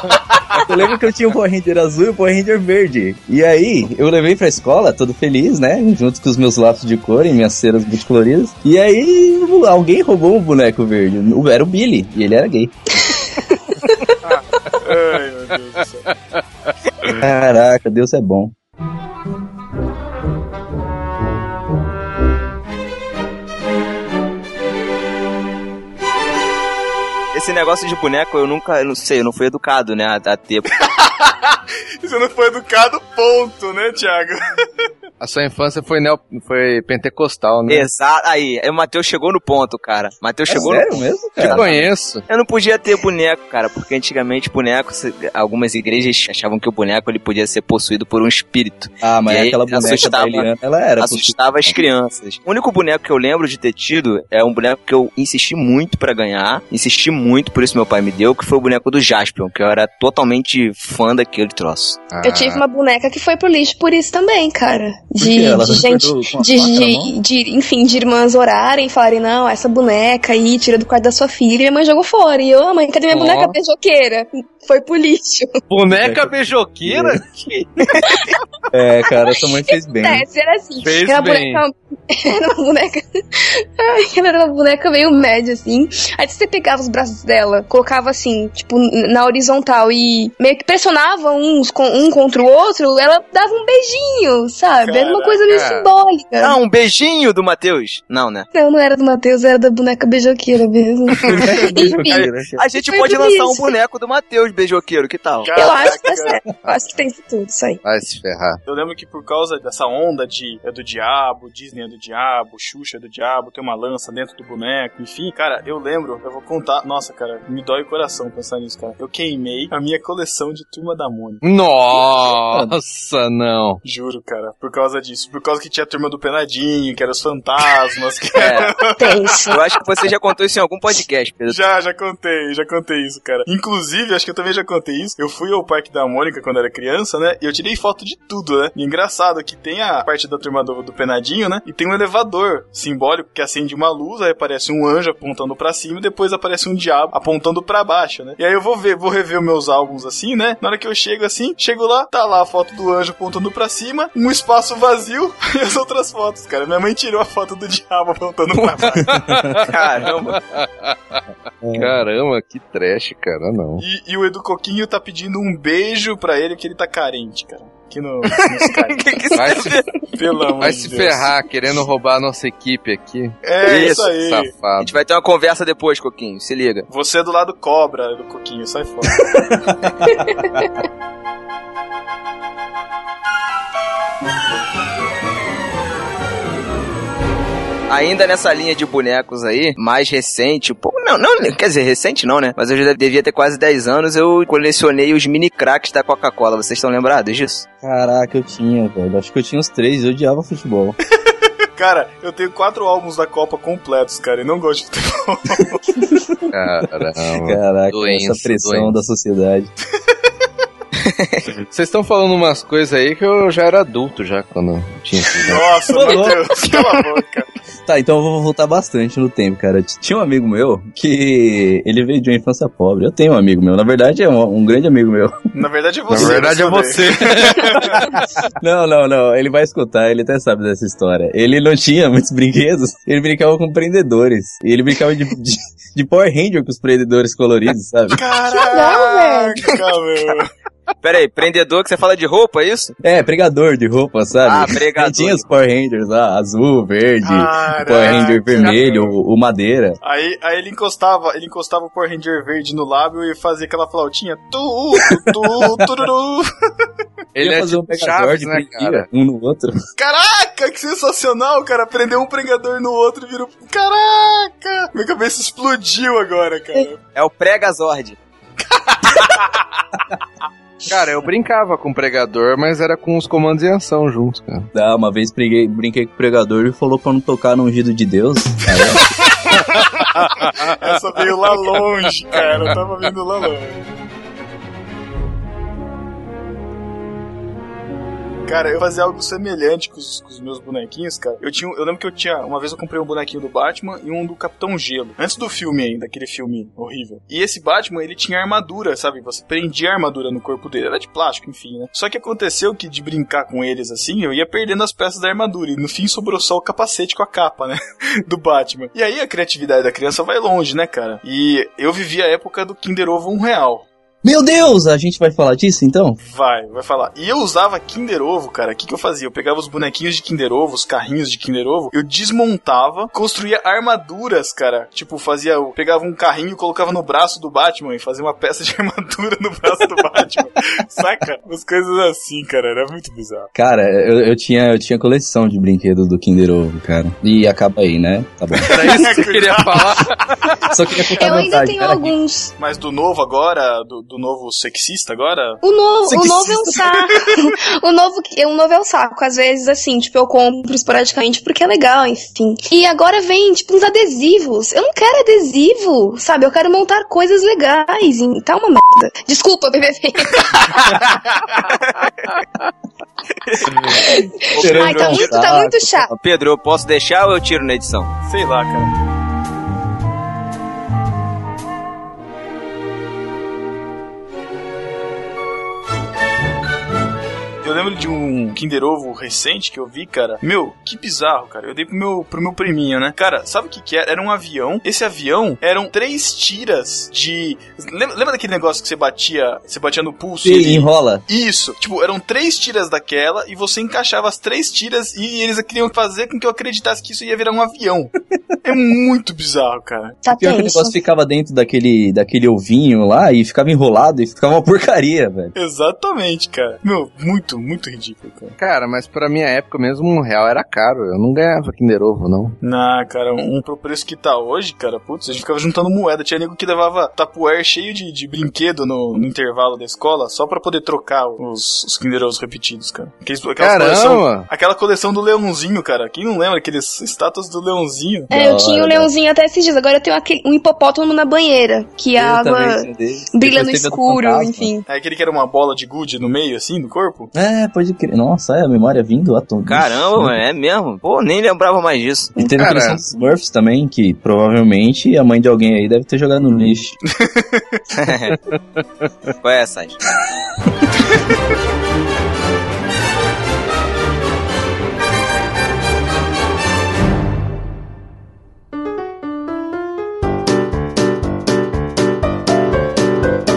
Speaker 10: Eu lembro que eu tinha o Power Ranger azul e o Power Ranger verde. E aí, eu levei pra escola, todo feliz, né? Junto com os meus lápis de cor e minhas ceras multicoloridas. E aí, alguém roubou o boneco verde. O- Era o Billy, e ele era gay.
Speaker 1: Ai, meu Deus do céu.
Speaker 10: Caraca, Deus é bom.
Speaker 4: Esse negócio de boneco, eu nunca, eu não sei, eu não fui educado, né, a, a ter.
Speaker 1: Você não foi educado, ponto, né, Thiago?
Speaker 2: A sua infância foi, neo, foi pentecostal, né?
Speaker 4: Exato. Aí, aí o Matheus chegou no ponto, cara. Matheus
Speaker 2: É
Speaker 4: chegou Tipo,
Speaker 2: sério
Speaker 4: no...
Speaker 2: mesmo, cara? Te conheço.
Speaker 4: Eu não podia ter boneco, cara, porque antigamente boneco, se- algumas igrejas achavam que o boneco ele podia ser possuído por um espírito.
Speaker 10: Ah, mas
Speaker 4: E aí
Speaker 10: aquela boneca
Speaker 4: assustava,
Speaker 10: da Eliana, ela era
Speaker 4: assustava as crianças. O único boneco que eu lembro de ter tido é um boneco que eu insisti muito pra ganhar, insisti muito, por isso meu pai me deu, que foi o boneco do Jaspion, que eu era totalmente fã daquele troço.
Speaker 3: Eu
Speaker 2: Ah.
Speaker 3: tive uma boneca que foi pro lixo por isso também, cara. De,
Speaker 4: quê? Ela
Speaker 3: de gente.
Speaker 4: ficou com a
Speaker 3: De,
Speaker 4: faca na
Speaker 3: de-
Speaker 4: mão?
Speaker 3: de- enfim, de irmãs orarem e falarem: não, essa boneca aí, tira do quarto da sua filha. E a mãe jogou fora. E eu, ah, mãe, cadê minha
Speaker 2: Ó.
Speaker 3: boneca beijoqueira? Foi pro lixo.
Speaker 2: Boneca beijoqueira?
Speaker 10: É, cara, sua mãe fez bem.
Speaker 3: É, era assim.
Speaker 10: Fez
Speaker 3: era
Speaker 10: bem.
Speaker 3: boneca. Era uma boneca. Ai, ela era uma boneca meio média, assim. Aí você pegava os braços dela, colocava assim, tipo, na horizontal e meio que pressionava uns com, um contra o outro, ela dava um beijinho, sabe? era uma coisa meio
Speaker 4: Caraca.
Speaker 2: É.
Speaker 3: simbólica.
Speaker 4: Ah, um beijinho do Matheus? Não, né?
Speaker 3: Não, não era do Matheus, era da boneca beijoqueira mesmo. Enfim,
Speaker 4: A gente
Speaker 3: foi
Speaker 4: pode
Speaker 3: por
Speaker 4: lançar um
Speaker 3: isso.
Speaker 4: boneco do Matheus, beijoqueiro, que tal?
Speaker 3: Eu
Speaker 1: Ah,
Speaker 3: acho que tá certo. Eu Acho que tem tudo isso aí.
Speaker 2: Vai se ferrar.
Speaker 1: Eu lembro que por causa dessa onda de é do diabo, Disney é do diabo, Xuxa é do diabo, tem uma lança dentro do boneco, enfim, cara, eu lembro, eu vou contar, nossa, cara, me dói o coração pensar nisso, cara. Eu queimei a minha coleção de Turma da Mônica.
Speaker 2: Nossa, não.
Speaker 1: Juro, cara, por causa disso. Por causa que tinha a turma do Penadinho, que era os fantasmas. Que era...
Speaker 4: É. Eu acho que você já contou isso em algum podcast, Pedro.
Speaker 1: Já, já contei, já contei isso, cara. Inclusive, acho que eu também já contei isso. Eu fui ao Parque da Mônica quando era criança, né? E eu tirei foto de tudo, né? E engraçado que tem a parte da turma do, do Penadinho, né? E tem um elevador simbólico que acende uma luz, aí aparece um anjo apontando pra cima e depois aparece um diabo apontando pra baixo, né? E aí eu vou ver, vou rever meus álbuns assim, né? Na hora que eu chego assim, chego lá, tá lá a foto do anjo apontando pra cima, um espaço vazio e as outras fotos, cara. Minha mãe tirou a foto do diabo apontando pra baixo.
Speaker 4: Caramba.
Speaker 2: Caramba, que trash, cara, não.
Speaker 1: E, e o Edu Coquinho tá pedindo um beijo pra ele, que ele tá carente, cara. Aqui no, no Skype.
Speaker 2: Vai se,
Speaker 1: Pelo amor
Speaker 2: vai
Speaker 1: de
Speaker 2: se
Speaker 1: Deus.
Speaker 2: ferrar, querendo roubar a nossa equipe aqui.
Speaker 1: É, isso aí.
Speaker 4: A
Speaker 2: Safado.
Speaker 4: gente vai ter uma conversa depois, Coquinho, se liga.
Speaker 1: Você é do lado cobra, Edu Coquinho, sai fora.
Speaker 4: Ainda nessa linha de bonecos aí, mais recente, um pouco. Não, não, quer dizer, recente não, né? Mas eu já devia ter quase 10 anos, eu colecionei os mini cracks da Coca-Cola. Vocês estão lembrados disso?
Speaker 10: Caraca, eu tinha, velho. Acho que eu tinha uns três, eu odiava futebol.
Speaker 1: Cara, eu tenho quatro álbuns da Copa completos, cara, e não gosto de futebol.
Speaker 10: Caramba. Caraca,
Speaker 12: Doença,
Speaker 10: essa pressão
Speaker 12: doença.
Speaker 10: da sociedade.
Speaker 12: Vocês estão falando umas coisas aí que eu já era adulto já quando tinha esses anos.
Speaker 1: Nossa,
Speaker 10: Ô, louco.
Speaker 1: Matheus, cala a boca.
Speaker 10: Tá, então eu vou voltar bastante no tempo, cara. Tinha um amigo meu que ele veio de uma infância pobre. Eu tenho um amigo meu, na verdade é um, um grande amigo meu.
Speaker 1: Na verdade é você.
Speaker 12: Na verdade é
Speaker 1: mas tudo
Speaker 12: você.
Speaker 10: Não, não, não. Ele vai escutar, ele até sabe dessa história. Ele não tinha muitos brinquedos, ele brincava com prendedores. E ele brincava de, de, de Power Ranger com os prendedores coloridos, sabe?
Speaker 1: bem. Caraca, meu.
Speaker 4: Pera aí, prendedor que você fala de roupa, é isso?
Speaker 10: É, pregador de roupa, sabe?
Speaker 4: Ah, pregador.
Speaker 10: Aí tinha os Power Rangers lá, azul, verde,
Speaker 1: Caraca.
Speaker 10: Power Ranger vermelho, o, o madeira.
Speaker 1: Aí, aí ele encostava, ele encostava o Power Ranger verde no lábio e fazia aquela flautinha. Tu, tu, tu, tururu.
Speaker 12: Ele
Speaker 10: Ia
Speaker 12: é
Speaker 10: fazer um
Speaker 12: tipo
Speaker 10: pregador
Speaker 12: Chaves,
Speaker 10: de
Speaker 12: né,
Speaker 10: mentira,
Speaker 12: cara?
Speaker 10: um no outro.
Speaker 1: Caraca, que sensacional, cara. Prendeu um pregador no outro e virou. Caraca! Minha cabeça explodiu agora, cara.
Speaker 4: É o Pregazord.
Speaker 12: Cara, eu brincava com pregador, mas era com os comandos em ação juntos, cara.
Speaker 10: Dá, uma vez brinquei, brinquei com o pregador e falou pra não tocar no ungido de Deus.
Speaker 1: Essa veio lá longe, cara. Eu tava vindo lá longe. Cara, eu fazia algo semelhante com os, com os meus bonequinhos, cara. Eu tinha, um- eu lembro que eu tinha, uma vez eu comprei um bonequinho do Batman e um do Capitão Gelo, antes do filme ainda, aquele filme horrível. E esse Batman, ele tinha armadura, sabe? Você prendia a armadura no corpo dele, era de plástico, enfim, né? Só que aconteceu que de brincar com eles assim, eu ia perdendo as peças da armadura e no fim sobrou só o capacete com a capa, né? do Batman. E aí a criatividade da criança vai longe, né, cara? E eu vivi a época do Kinder Ovo um real.
Speaker 10: Meu Deus, a gente vai falar disso então?
Speaker 1: Vai, vai falar. E eu usava Kinder Ovo, cara. O que, que eu fazia? Eu pegava os bonequinhos de Kinder Ovo, os carrinhos de Kinder Ovo, eu desmontava, construía armaduras, cara. Tipo, fazia. Eu pegava um carrinho, colocava no braço do Batman e fazia uma peça de armadura no braço do Batman. Saca? Umas coisas assim, cara. Era muito bizarro.
Speaker 10: Cara, eu, eu tinha, eu tinha coleção de brinquedos do Kinder Ovo, cara. E acaba aí, né? Tá bom.
Speaker 12: Era isso que você queria falar?
Speaker 10: Só queria contar
Speaker 3: Eu
Speaker 10: a
Speaker 3: ainda
Speaker 10: vantagem,
Speaker 3: tenho um
Speaker 10: cara.
Speaker 3: alguns.
Speaker 1: Mas do novo agora, do, do novo sexista agora,
Speaker 3: O novo, o
Speaker 10: Sexista.
Speaker 3: novo é um saco. o, novo, que- o novo é um saco. Às vezes, assim, tipo, eu compro esporadicamente porque é legal, enfim. E agora vem, tipo, uns adesivos. Eu não quero adesivo, sabe? Eu quero montar coisas legais. E tá uma merda. Desculpa, BBB.
Speaker 4: Ô,
Speaker 10: Tirando
Speaker 3: Ai, tá
Speaker 10: um
Speaker 3: muito, tá
Speaker 10: saco.
Speaker 3: muito chato.
Speaker 4: Pedro, eu posso deixar ou eu tiro na edição?
Speaker 1: sei lá, cara. Eu lembro de um Kinder Ovo recente que eu vi, cara. Meu, que bizarro, cara. Eu dei pro meu, pro meu priminho, né? Cara, sabe o que que era? Era um avião. Esse avião eram três tiras de... Lembra, lembra daquele negócio que você batia, você batia no pulso? e
Speaker 10: Sim,
Speaker 1: ele-
Speaker 10: enrola.
Speaker 1: isso. Tipo, eram três tiras daquela e você encaixava as três tiras e eles queriam fazer com que eu acreditasse que isso ia virar um avião. é muito bizarro, cara.
Speaker 3: Tá
Speaker 10: Pior que o
Speaker 3: tenso.
Speaker 10: negócio ficava dentro daquele, daquele ovinho lá e ficava enrolado e ficava uma porcaria, velho.
Speaker 1: Exatamente, cara. Meu, muito, muito ridículo, cara.
Speaker 12: Cara, mas pra minha época mesmo, um real era caro. Eu não ganhava Kinder Ovo, não.
Speaker 1: Nah, cara, um pro preço que tá hoje, cara, putz, a gente ficava juntando moeda. Tinha nego que levava tapuer cheio de, de brinquedo no, no intervalo da escola só pra poder trocar os, os Kinder Ovos repetidos, cara. Aqueles- Aquelas coleção,
Speaker 12: Caramba!
Speaker 1: aquela coleção do Leãozinho, cara. Quem não lembra aqueles estátuas do Leãozinho?
Speaker 3: É, eu
Speaker 10: Da
Speaker 3: tinha
Speaker 10: hora, né?
Speaker 3: o leãozinho até esses dias. Agora eu tenho aquele, um hipopótamo na banheira, que a
Speaker 10: Eu também
Speaker 3: água
Speaker 10: tinha desse.
Speaker 3: brilha
Speaker 10: Depois
Speaker 3: no
Speaker 10: teve a do
Speaker 3: escuro,
Speaker 10: fantasma.
Speaker 3: enfim.
Speaker 1: É aquele que era uma bola de gude no meio, assim, do corpo?
Speaker 10: É, pode crer. Nossa, é a memória vindo à tona.
Speaker 4: Caramba, mano, é mesmo? Pô, nem lembrava mais disso.
Speaker 10: E teve a
Speaker 12: Cara.
Speaker 10: coleção dos Smurfs também, que provavelmente a mãe de alguém aí deve ter jogado no lixo.
Speaker 4: Qual é essa?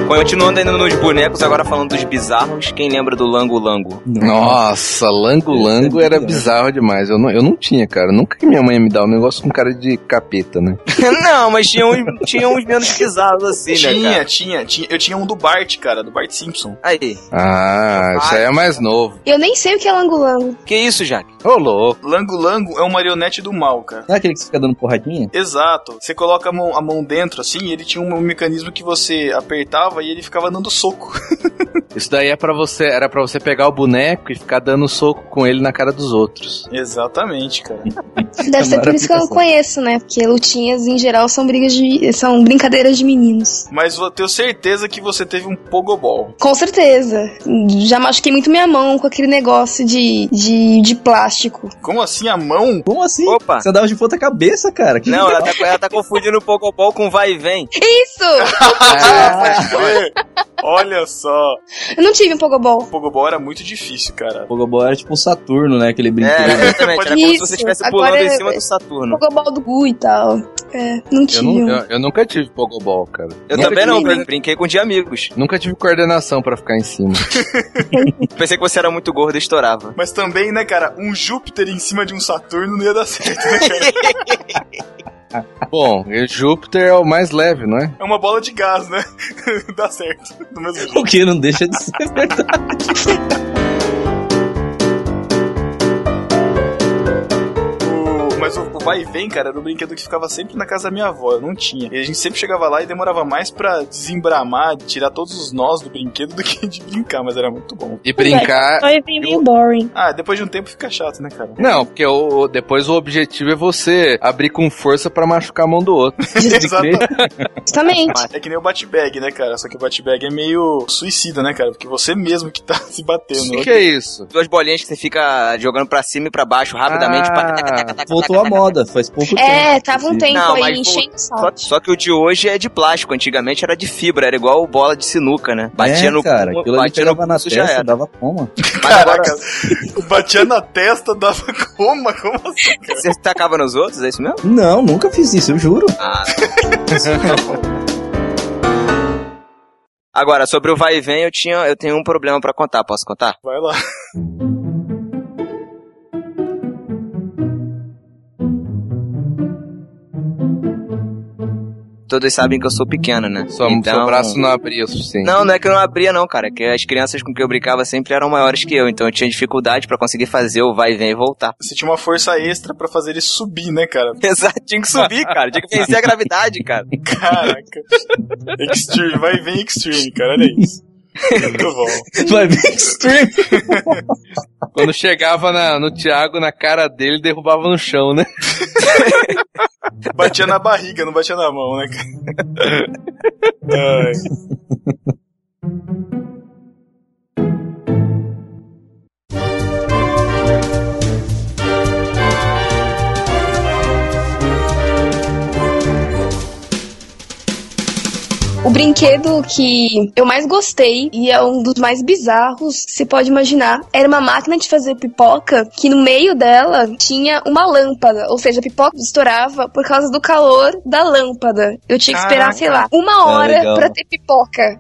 Speaker 4: Continuando ainda nos bonecos, agora falando dos bizarros, quem lembra do Lango Lango?
Speaker 12: Nossa, Lango
Speaker 4: é
Speaker 12: Lango era bizarro demais. Eu não, eu não tinha, cara. Nunca que minha mãe ia me dar um negócio com cara de capeta, né?
Speaker 4: Não, mas tinha uns, tinha uns menos bizarros assim, né,
Speaker 1: Tinha,
Speaker 4: cara?
Speaker 1: tinha, tinha. Eu tinha um do Bart, cara, do Bart Simpson.
Speaker 4: Aí,
Speaker 12: Ah, isso aí é mais novo.
Speaker 3: Eu nem sei o que é langolango.
Speaker 4: que isso, Jaque?
Speaker 12: Ô, louco.
Speaker 1: Lango Lango é um marionete do mal, cara.
Speaker 10: Não é aquele que você fica dando porradinha?
Speaker 1: Exato. Você coloca a mão, a mão dentro assim, e ele tinha um mecanismo que você apertava e ele ficava dando soco.
Speaker 12: Isso daí é para você, era para você pegar o boneco e ficar dando soco com ele na cara dos outros.
Speaker 1: Exatamente, cara.
Speaker 3: Deve
Speaker 4: É
Speaker 3: ser por isso que eu não conheço, né? Porque lutinhas em geral são brigas de. são brincadeiras de meninos.
Speaker 1: Mas eu tenho certeza que você teve um pogobol.
Speaker 3: Com certeza. Já machuquei muito minha mão com aquele negócio de, de, de plástico.
Speaker 1: Como assim a mão?
Speaker 10: Como assim? Opa! Você andava de ponta cabeça, cara. Que é
Speaker 4: Não, ela tá, ela tá confundindo o Pogobol com vai e vem.
Speaker 3: Isso!
Speaker 10: Ah.
Speaker 1: Olha só.
Speaker 3: Eu não tive um Pogobol.
Speaker 1: O pogobol era muito difícil, cara.
Speaker 10: Pogobol era tipo um Saturno, né? Aquele brinquedo.
Speaker 4: É, exatamente. Era como se você estivesse pulando
Speaker 3: Agora
Speaker 4: em
Speaker 3: é-
Speaker 4: cima do Saturno.
Speaker 3: Pogobol do Gu e tal. É, não
Speaker 12: Eu,
Speaker 3: tive.
Speaker 12: nu-
Speaker 3: um.
Speaker 12: eu- eu nunca tive pogobol, cara.
Speaker 4: Eu
Speaker 12: nunca,
Speaker 4: também não,
Speaker 3: tive.
Speaker 4: brinquei com de amigos.
Speaker 12: nunca tive coordenação pra ficar em cima.
Speaker 4: Pensei que você era muito gordo e estourava.
Speaker 1: Mas também, né, cara, um Júpiter em cima de um Saturno não ia dar certo, né, cara?
Speaker 12: Bom, e Júpiter é o mais leve, não é?
Speaker 1: É uma bola de gás, né? Dá certo. Do mesmo
Speaker 4: É.
Speaker 1: jeito.
Speaker 10: O que não deixa de ser verdade.
Speaker 1: O- Mas o, o vai e vem, cara, era um brinquedo que ficava sempre na casa da minha avó, eu não tinha. E a gente sempre chegava lá e demorava mais pra desembramar, tirar todos os nós do brinquedo do que de brincar, mas era muito bom.
Speaker 12: E brincar.
Speaker 13: Vai vir meio boring.
Speaker 1: Ah, depois de um tempo fica chato, né, cara?
Speaker 12: Não, porque o, o- depois o objetivo é você abrir com força pra machucar a mão do outro.
Speaker 1: Exatamente.
Speaker 3: Justamente.
Speaker 1: É que nem o bate-bag, né, cara? Só que o bate-bag é meio suicida, né, cara? Porque você mesmo que tá se batendo.
Speaker 12: O que é isso?
Speaker 4: Duas bolinhas que você fica jogando pra cima e pra baixo rapidamente.
Speaker 12: Ah,
Speaker 10: Voltou à moda, faz pouco tempo.
Speaker 3: É, tava um tempo
Speaker 4: Não, mas
Speaker 3: aí,
Speaker 4: o-
Speaker 3: enchendo o
Speaker 4: Só,
Speaker 3: saco.
Speaker 4: só que o de hoje é de plástico, antigamente era de fibra, era igual bola de sinuca, né? Batia
Speaker 10: é,
Speaker 4: no
Speaker 10: cara,
Speaker 4: cu,
Speaker 10: aquilo ali
Speaker 4: batia no
Speaker 10: pegava na
Speaker 4: pulso, já
Speaker 10: testa,
Speaker 4: era.
Speaker 10: dava coma.
Speaker 1: Caraca, batia na testa, dava coma, como assim?
Speaker 4: Você tacava nos outros, é isso mesmo?
Speaker 10: Não, nunca fiz isso, eu juro.
Speaker 4: Ah. Agora, sobre o vai e vem, eu, tinha, eu tenho um problema pra contar, posso contar?
Speaker 1: Vai lá.
Speaker 4: Todos sabem que eu sou pequeno, né?
Speaker 12: Sua, Seu braço Então, não abria o suficiente.
Speaker 4: Não, não é que eu não abria, não, cara. é Que as crianças com que eu brincava sempre eram maiores que eu, então eu tinha dificuldade pra conseguir fazer o vai e vem e voltar.
Speaker 1: Você tinha uma força extra pra fazer ele subir, né, cara?
Speaker 4: Exato, tinha que subir, cara. Tinha que vencer a gravidade, cara.
Speaker 1: Caraca. Extreme, vai e vem Extreme, cara, olha isso. Muito bom.
Speaker 10: Vai bem extreme.
Speaker 12: Quando chegava na- no Thiago, na cara dele, derrubava no chão, né?
Speaker 1: Batia na barriga, não batia na mão, né, cara? Ai.
Speaker 3: O brinquedo que eu mais gostei e é um dos mais bizarros que você pode imaginar era uma máquina de fazer pipoca que no meio dela tinha uma lâmpada, ou seja, a pipoca estourava por causa do calor da lâmpada. Eu tinha que esperar, sei lá, uma
Speaker 10: Ah,
Speaker 3: hora
Speaker 10: legal.
Speaker 3: pra ter pipoca.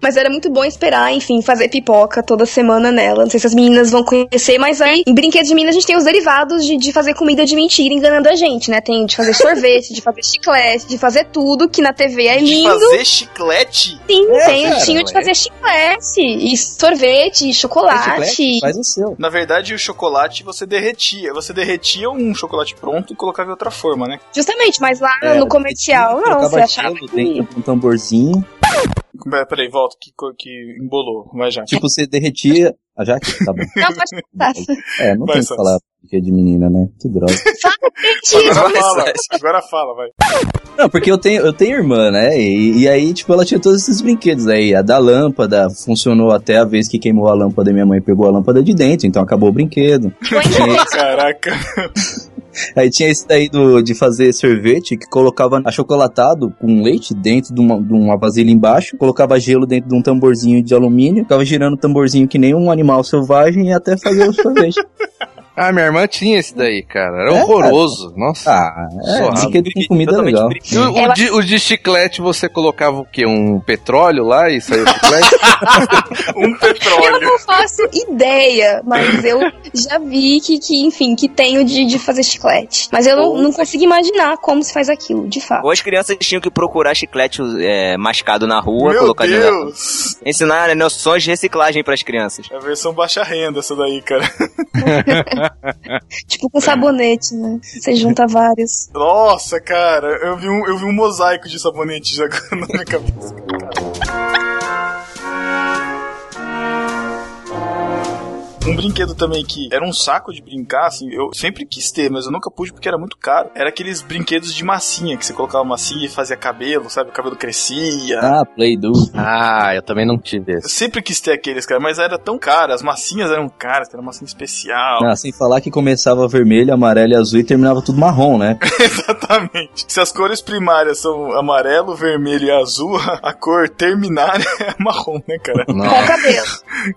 Speaker 3: Mas era muito bom esperar, enfim, fazer pipoca toda semana nela. Não sei se as meninas vão conhecer, mas aí em brinquedos de menina a gente tem os derivados de, de fazer comida de mentira enganando a gente, né? Tem de fazer sorvete, de fazer chiclete, de fazer tudo que na TV é
Speaker 1: De
Speaker 3: lindo.
Speaker 1: fazer chiclete?
Speaker 3: Sim,
Speaker 10: É,
Speaker 3: tem,
Speaker 10: cara,
Speaker 3: tinha
Speaker 10: ué.
Speaker 3: de fazer chiclete, e sorvete, e chocolate.
Speaker 10: Chiclete, Faz o seu.
Speaker 1: Na verdade, o chocolate você derretia. Você derretia um chocolate pronto e colocava em outra forma, né?
Speaker 3: Justamente, mas lá
Speaker 10: É,
Speaker 3: no comercial, não,
Speaker 10: Colocava
Speaker 3: você achava
Speaker 10: gelo
Speaker 3: que...
Speaker 10: dentro de um tamborzinho.
Speaker 1: Pera- Peraí, volta, que, co- que embolou. Vai já.
Speaker 10: Tipo, você derretia. Ah, já que tá bom.
Speaker 3: Não, pode contar.
Speaker 10: É, não
Speaker 1: Vai,
Speaker 10: tem que
Speaker 1: Santos.
Speaker 10: falar porque é de menina, né? Que droga.
Speaker 3: Mentira!
Speaker 1: Agora fala, agora fala, vai.
Speaker 10: Não, porque eu tenho, eu tenho irmã, né? E, e aí, tipo, ela tinha todos esses brinquedos aí. A da lâmpada funcionou até a vez que queimou a lâmpada e minha mãe pegou a lâmpada de dentro, então acabou o brinquedo.
Speaker 3: Põe em
Speaker 10: Tinha-
Speaker 1: Caraca.
Speaker 10: aí tinha esse daí do, de fazer sorvete que colocava achocolatado com leite dentro de uma, de uma vasilha embaixo, colocava gelo dentro de um tamborzinho de alumínio, ficava girando o tamborzinho que nem um animal selvagem e até fazer o sorvete.
Speaker 12: Ah, minha irmã tinha esse daí, cara. Era
Speaker 10: É,
Speaker 12: horroroso. Nossa.
Speaker 10: ah, é,
Speaker 12: Zoado.
Speaker 10: brinquedo com comida é
Speaker 4: Totalmente
Speaker 10: legal.
Speaker 4: brin-
Speaker 12: E o, o de, o de chiclete, você colocava o quê? Um petróleo lá e saiu o chiclete?
Speaker 1: Um
Speaker 3: Eu
Speaker 1: petróleo.
Speaker 3: não faço ideia, mas eu já vi que, que enfim, que tenho de, de fazer chiclete. Mas eu não, não consigo imaginar como se faz aquilo, de fato.
Speaker 4: Ou as crianças tinham que procurar chiclete é, mascado na rua,
Speaker 1: Meu
Speaker 4: colocar dentro da-
Speaker 1: Deus.
Speaker 4: Ensinar noções de reciclagem pras crianças.
Speaker 1: É a versão baixa renda essa daí, cara.
Speaker 3: Tipo com sabonete, né? Você junta vários.
Speaker 1: Nossa, cara, eu vi um, eu vi um mosaico de sabonete jogando na minha cabeça. Um brinquedo também que era um saco de brincar, assim, eu sempre quis ter, mas eu nunca pude porque era muito caro. Era aqueles brinquedos de massinha, que você colocava massinha e fazia cabelo, sabe? O cabelo crescia.
Speaker 10: Ah, Play Do.
Speaker 12: Ah, eu também não tive
Speaker 1: Eu
Speaker 12: esse.
Speaker 1: sempre quis ter aqueles, cara, mas era tão caro, as massinhas eram caras, era massinha especial.
Speaker 10: Ah, sem falar que começava vermelho, amarelo e azul e terminava tudo marrom, né?
Speaker 1: Exatamente. Se as cores primárias são amarelo, vermelho e azul, a cor terminária é marrom, né, cara?
Speaker 10: Ah,
Speaker 3: Com o cabelo.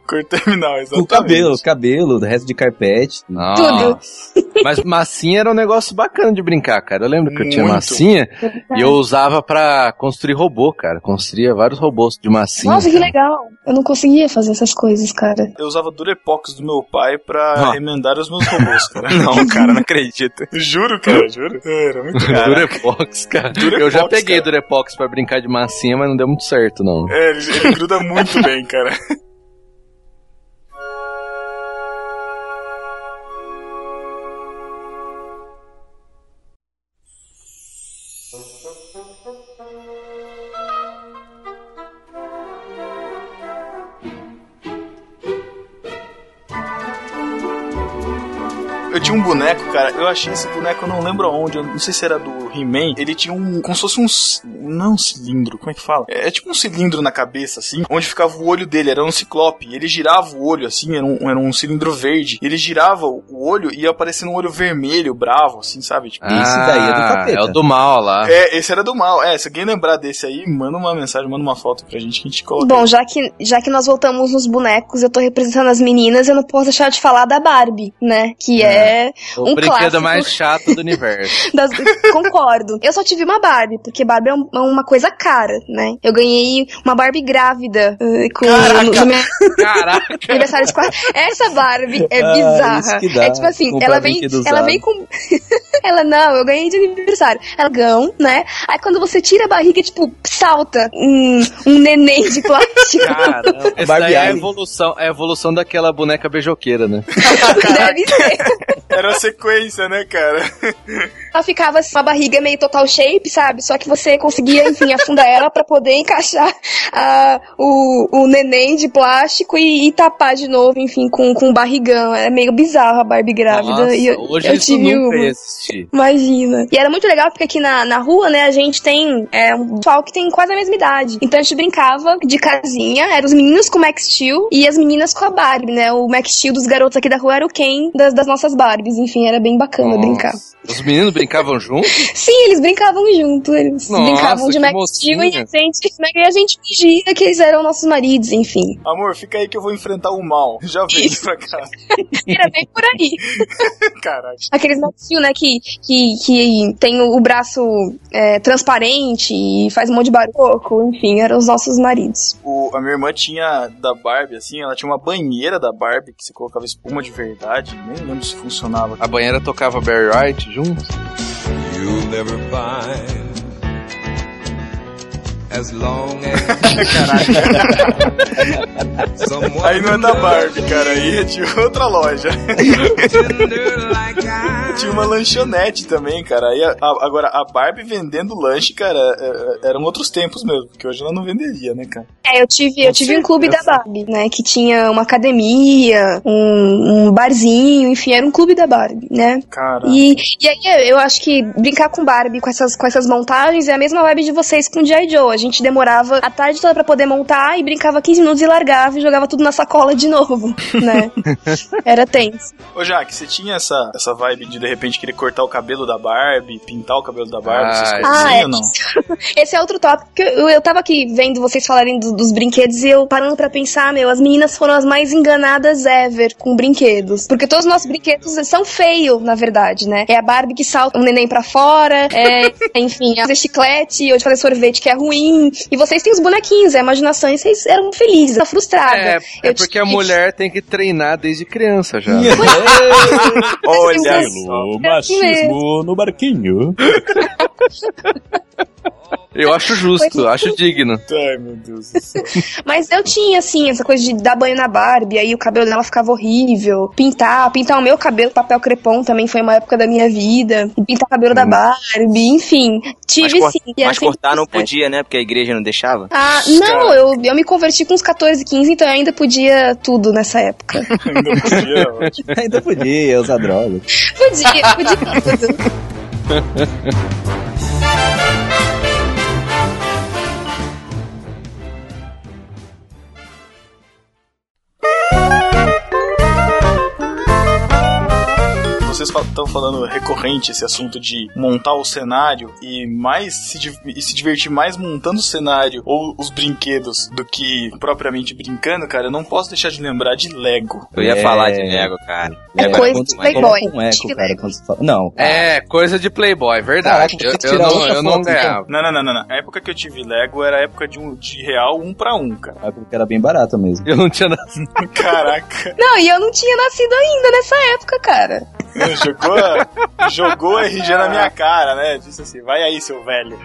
Speaker 1: Cor terminal, exatamente.
Speaker 10: O cabelo, cabelo, resto de carpete.
Speaker 12: Nossa. Mas massinha era um negócio bacana de brincar, cara. Eu lembro que eu tinha
Speaker 1: Muito.
Speaker 12: massinha e eu usava pra construir robô, cara. Construía vários robôs de massinha.
Speaker 3: Nossa, que legal. Eu não conseguia fazer essas coisas, cara.
Speaker 1: Eu usava Durepox do meu pai pra
Speaker 12: Ah.
Speaker 1: remendar os meus robôs, cara.
Speaker 4: Não, cara, não acredito.
Speaker 1: Juro, cara, juro. É, Era muito caro.
Speaker 12: Durepox, cara.
Speaker 1: Durepox,
Speaker 12: eu já peguei
Speaker 1: cara.
Speaker 12: Durepox pra brincar de massinha, mas não deu muito certo, não.
Speaker 1: É, ele, ele gruda muito bem, cara. Eu tinha um boneco, cara. Eu achei esse boneco, eu não lembro aonde. Eu não sei se era do He-Man. Ele tinha um. Como se fosse um. c- Não um cilindro, como é que fala? É, é tipo um cilindro na cabeça, assim. Onde ficava o olho dele. Era um ciclope. Ele girava o olho, assim. Era um, era um cilindro verde. Ele girava o olho e ia aparecendo um olho vermelho, bravo, assim, sabe? Tipo.
Speaker 10: Esse daí é do capeta.
Speaker 12: É o do mal lá.
Speaker 2: Ah.
Speaker 1: É, esse era do mal. É, se alguém lembrar desse aí, manda uma mensagem, manda uma foto pra gente que a gente coloca.
Speaker 3: Bom, já que, já que nós voltamos nos bonecos, eu tô representando as meninas, eu não posso deixar de falar da Barbie, né? Que é.
Speaker 12: o
Speaker 3: um
Speaker 12: brinquedo
Speaker 3: clássico.
Speaker 12: mais chato do universo.
Speaker 3: das- Concordo. Eu só tive uma Barbie, porque Barbie é um- é uma coisa cara, né? Eu ganhei uma Barbie grávida eh, com,
Speaker 12: Caraca!
Speaker 3: no, no meu
Speaker 12: Caraca.
Speaker 3: aniversário de quatro. Essa Barbie é
Speaker 10: Ah,
Speaker 3: bizarra.
Speaker 10: isso que dá,
Speaker 3: é tipo assim,
Speaker 10: comprar
Speaker 3: ela vem,
Speaker 10: brinquedo
Speaker 3: ela
Speaker 10: usado.
Speaker 3: vem com. ela, não, eu ganhei de aniversário. Ela gão, né? Aí quando você tira a barriga, tipo, salta um, um neném de plástico.
Speaker 12: Caramba. Essa daí
Speaker 10: Barbie
Speaker 12: é a
Speaker 10: Eyes.
Speaker 12: evolução, é a evolução daquela boneca beijoqueira, né?
Speaker 3: Tipo, Deve ser.
Speaker 1: Era a sequência, né, cara?
Speaker 3: Ela ficava assim, uma barriga meio total shape, sabe? Só que você conseguia, enfim, afundar ela pra poder encaixar ah, o, o neném de plástico e, e tapar de novo, enfim, com, com o barrigão. Era meio bizarro a Barbie grávida.
Speaker 12: Nossa,
Speaker 3: e eu,
Speaker 12: hoje
Speaker 3: eu
Speaker 12: isso
Speaker 3: tive
Speaker 12: nunca
Speaker 3: uma.
Speaker 12: ia existir.
Speaker 3: Imagina. E era muito legal porque aqui na, na rua, né, a gente tem é, um pessoal que tem quase a mesma idade. Então a gente brincava de casinha, eram os meninos com o Max Steel e as meninas com a Barbie, né? O Max Steel dos garotos aqui da rua era o Ken das, das nossas Barbies. Enfim, era bem bacana
Speaker 12: Nossa.
Speaker 3: brincar.
Speaker 12: Os meninos brincavam juntos?
Speaker 3: Sim, eles brincavam junto, eles
Speaker 12: Nossa,
Speaker 3: brincavam de
Speaker 12: que
Speaker 3: Max Steel e a gente, né, e a gente fingia que eles eram nossos maridos, enfim.
Speaker 1: Amor, fica aí que eu vou enfrentar o mal. Já veio pra cá.
Speaker 3: Era bem por aí.
Speaker 1: Caralho.
Speaker 3: Aqueles Max Steel, né, que, que, que tem o braço é, transparente e faz um monte de barroco, enfim, eram os nossos maridos.
Speaker 1: O- a minha irmã tinha da Barbie, assim, ela tinha uma banheira da Barbie que você colocava espuma de verdade, nem lembro se funcionava.
Speaker 12: A banheira tocava Barry White junto?
Speaker 9: You'll never find as long as someone
Speaker 1: Aí não é da Barbie, cara, aí é de outra loja.
Speaker 9: tender like I.
Speaker 1: Tinha uma lanchonete também, cara. Aí a- a- agora, a Barbie vendendo lanche, cara, é- é- eram outros tempos mesmo, porque hoje ela não venderia, né, cara?
Speaker 3: É, eu tive, eu
Speaker 1: Com
Speaker 3: tive um clube da
Speaker 1: certeza.
Speaker 3: Barbie, né, que tinha uma academia, um, um barzinho, enfim, era um clube da Barbie, né?
Speaker 1: Cara.
Speaker 3: E, e aí eu acho que brincar com Barbie, com essas, com essas montagens, é a mesma vibe de vocês com o G.I. Joe. A gente demorava a tarde toda pra poder montar e brincava 15 minutos e largava e jogava tudo na sacola de novo, né? Era tenso.
Speaker 1: Ô, Jaque, você tinha essa, essa vibe de de repente querer cortar o cabelo da Barbie, pintar o cabelo da Barbie, essas
Speaker 12: Ah,
Speaker 1: coisas assim,
Speaker 3: ah, é.
Speaker 1: ou não?
Speaker 3: Esse é outro tópico que eu, eu tava aqui vendo vocês falarem do- dos brinquedos e eu parando pra pensar, meu, as meninas foram as mais enganadas ever com brinquedos. Porque todos os nossos brinquedos são feios, na verdade, né? É a Barbie que salta o neném pra fora, é, enfim, a fazer chiclete ou de fazer sorvete que é ruim. E vocês têm os bonequinhos, é a imaginação, e vocês eram felizes, tá frustrada.
Speaker 12: É, é
Speaker 3: Eu
Speaker 12: porque a
Speaker 3: tive-
Speaker 12: mulher tem que treinar desde criança já.
Speaker 1: Olha
Speaker 3: É Assim mesmo.
Speaker 10: no barquinho.
Speaker 12: Eu acho justo, acho digno.
Speaker 1: Ai, meu Deus do céu.
Speaker 3: Mas eu tinha, assim, essa coisa de dar banho na Barbie, aí o cabelo dela ficava horrível. Pintar, pintar o meu cabelo, papel crepom também foi uma época da minha vida. Pintar o cabelo
Speaker 1: Uhum.
Speaker 3: da Barbie, enfim.
Speaker 4: Mas,
Speaker 3: Tive
Speaker 4: cor-
Speaker 3: sim. e
Speaker 4: mas
Speaker 3: era
Speaker 4: cortar
Speaker 3: sempre
Speaker 4: não
Speaker 3: bastante.
Speaker 4: podia, né? Porque a igreja não deixava.
Speaker 3: Ah, não, eu, eu me converti com uns 14, 15, então eu ainda podia tudo nessa época.
Speaker 10: Ainda podia usar droga.
Speaker 3: podia, podia tudo.
Speaker 1: Vocês estão falando recorrente esse assunto de montar o cenário e mais se, di- e se divertir mais montando o cenário ou os brinquedos do que propriamente brincando, cara. Eu não posso deixar de lembrar de Lego.
Speaker 4: Eu ia
Speaker 10: É.
Speaker 4: falar de Lego, cara.
Speaker 10: É
Speaker 4: Lego
Speaker 3: coisa
Speaker 4: muito
Speaker 3: de
Speaker 4: mais-
Speaker 3: Playboy.
Speaker 10: Como um eco,
Speaker 3: Acho
Speaker 10: cara, quando você fala. Não.
Speaker 12: É, coisa de Playboy, verdade.
Speaker 10: Caraca, tem que
Speaker 12: eu eu
Speaker 10: tirar
Speaker 12: não,
Speaker 10: outra
Speaker 12: eu não
Speaker 10: foto, então.
Speaker 12: ganhava.
Speaker 1: Não, não, não, não, não. A época que eu tive Lego era a época de, um, de real um pra um, cara.
Speaker 10: É porque era bem barato mesmo.
Speaker 12: Eu não tinha nada.
Speaker 1: Caraca.
Speaker 3: Não, e eu não tinha nascido ainda nessa época, cara.
Speaker 1: jogou, a- jogou a RG na minha cara, né? Disse assim, vai aí, seu velho.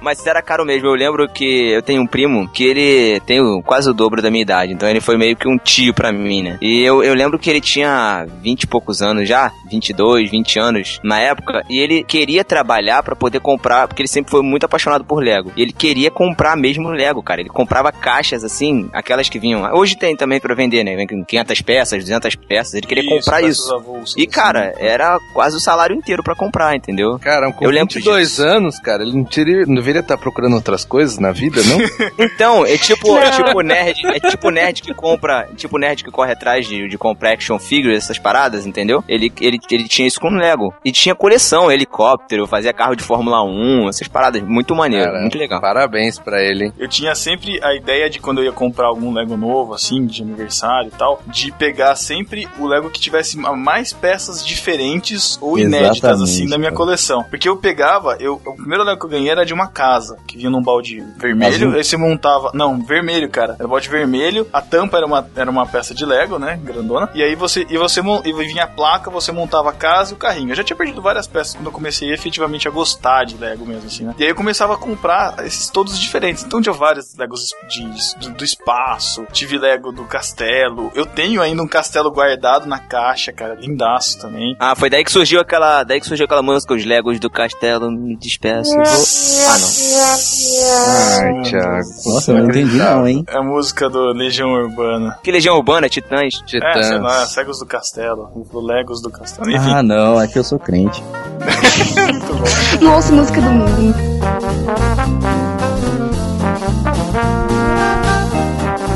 Speaker 4: Mas era caro mesmo. Eu lembro que eu tenho um primo que ele tem o- quase o dobro da minha idade. Então ele foi meio que um tio pra mim, né? E eu, eu lembro que ele tinha 20 e poucos anos já, 22, 20 anos na época. E ele queria trabalhar pra poder comprar, porque ele sempre foi muito apaixonado por Lego. E ele queria comprar mesmo Lego, cara. Ele comprava caixas assim, aquelas que vinham. Hoje tem também pra vender, né? Vem com 500 peças, 200 peças. Ele queria comprar
Speaker 1: peças
Speaker 4: isso.
Speaker 1: avulsas,
Speaker 4: E
Speaker 1: assim.
Speaker 4: cara, era quase o salário inteiro pra comprar, entendeu?
Speaker 12: Cara, com
Speaker 4: Eu lembro
Speaker 12: 22 anos, cara, ele não, tira, não deveria estar procurando outras coisas na vida, não?
Speaker 4: Então, é tipo, é
Speaker 3: Não.
Speaker 4: tipo nerd, é tipo nerd que compra, tipo nerd que corre atrás de, de comprar action figures, essas paradas, entendeu? Ele, ele, ele tinha isso com Lego. E tinha coleção, helicóptero, fazia carro de Fórmula 1, essas paradas. Muito maneiro,
Speaker 12: Cara,
Speaker 4: muito legal.
Speaker 12: Parabéns pra ele, hein?
Speaker 1: Eu tinha sempre a ideia de quando eu ia comprar algum Lego novo, assim, de aniversário e tal, de pegar sempre o Lego que tivesse ma- mais peças diferentes ou inéditas,
Speaker 10: Exatamente,
Speaker 1: assim, da minha
Speaker 10: cara.
Speaker 1: coleção. Porque eu pegava, eu, o primeiro Lego que eu ganhei era de uma casa, que vinha num balde vermelho,
Speaker 10: Azul?
Speaker 1: aí você montava. Não, vermelho, cara. Era um balde vermelho, a tampa era uma, era uma peça de Lego, né? Grandona. E aí você. E você mon- e vinha a placa, você montava a casa e o carrinho. Eu já tinha perdido várias peças quando eu comecei efetivamente a gostar de Lego mesmo, assim, né? E aí eu começava a comprar esses todos diferentes. Então tinha vários Legos es- de- do, do espaço, tive Lego do castelo. Eu tenho ainda um castelo guardado na caixa, cara. Lindaço também.
Speaker 4: Ah, foi daí que surgiu aquela. Daí que surgiu aquela música, os Legos do Castelo, me despeço. vou-" Ah, não.
Speaker 12: Ai, Thiago.
Speaker 10: Ah, Nossa, eu não entendi não, hein?
Speaker 1: É a música do Legião Urbana.
Speaker 4: Que legião urbana, titãs.
Speaker 1: É, sei lá,
Speaker 12: Titãs.
Speaker 1: Cegos do Castelo, do Legos do Castelo, enfim.
Speaker 10: Ah, não, é que eu sou crente.
Speaker 3: Não ouço música do mundo.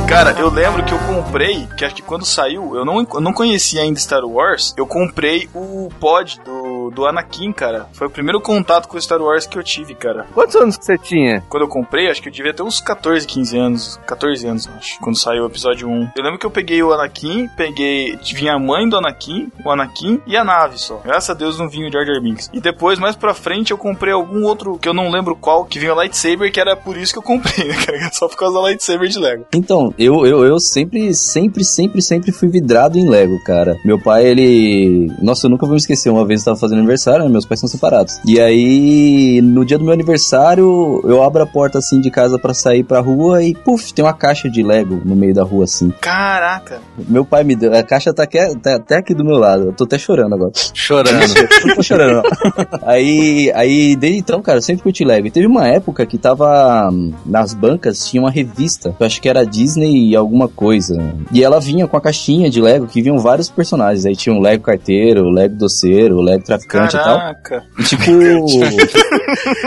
Speaker 1: Cara, eu lembro que eu comprei, que acho que quando saiu, eu não, eu não conhecia ainda Star Wars, eu comprei o pod do, do Anakin, cara. Foi o primeiro contato com Star Wars que eu tive, cara.
Speaker 12: Quantos anos que você tinha?
Speaker 1: Quando eu comprei, acho que eu devia ter uns 14, 15 anos. 14 anos, eu acho. Quando saiu o episódio 1. Eu lembro que eu peguei o Anakin, peguei. Vinha a mãe do Anakin, o Anakin e a nave só. Graças a Deus não vinha o Jar Jar Binks. E depois, mais pra frente, eu comprei algum outro que eu não lembro qual, que vinha o lightsaber, que era por isso que eu comprei, né, cara? Só por causa do lightsaber de Lego.
Speaker 10: Então, eu, eu, eu sempre, sempre, sempre, sempre fui vidrado em Lego, cara. Meu pai, ele. Nossa, eu nunca vou me esquecer. Uma vez eu tava fazendo aniversário, né? Meus pais são separados. E aí, no dia do meu aniversário, eu abro a porta assim de casa pra sair pra rua e, puf, tem uma caixa de Lego no meio da rua, assim.
Speaker 1: Caraca!
Speaker 10: Meu pai me deu. A caixa tá, até- tá até aqui do meu lado. Eu tô até chorando agora.
Speaker 4: Ah, tá,
Speaker 12: Chorando.
Speaker 10: Não tô chorando, não. Aí, aí, desde então, cara, eu sempre curti Lego. E teve uma época que tava hum, nas bancas, tinha uma revista, eu acho que era Disney e alguma coisa. E ela vinha com a caixinha de Lego, que vinham vários personagens. Aí tinha o Lego carteiro, o Lego doceiro, o Lego traficante
Speaker 1: Caraca!
Speaker 10: e tal. E tipo,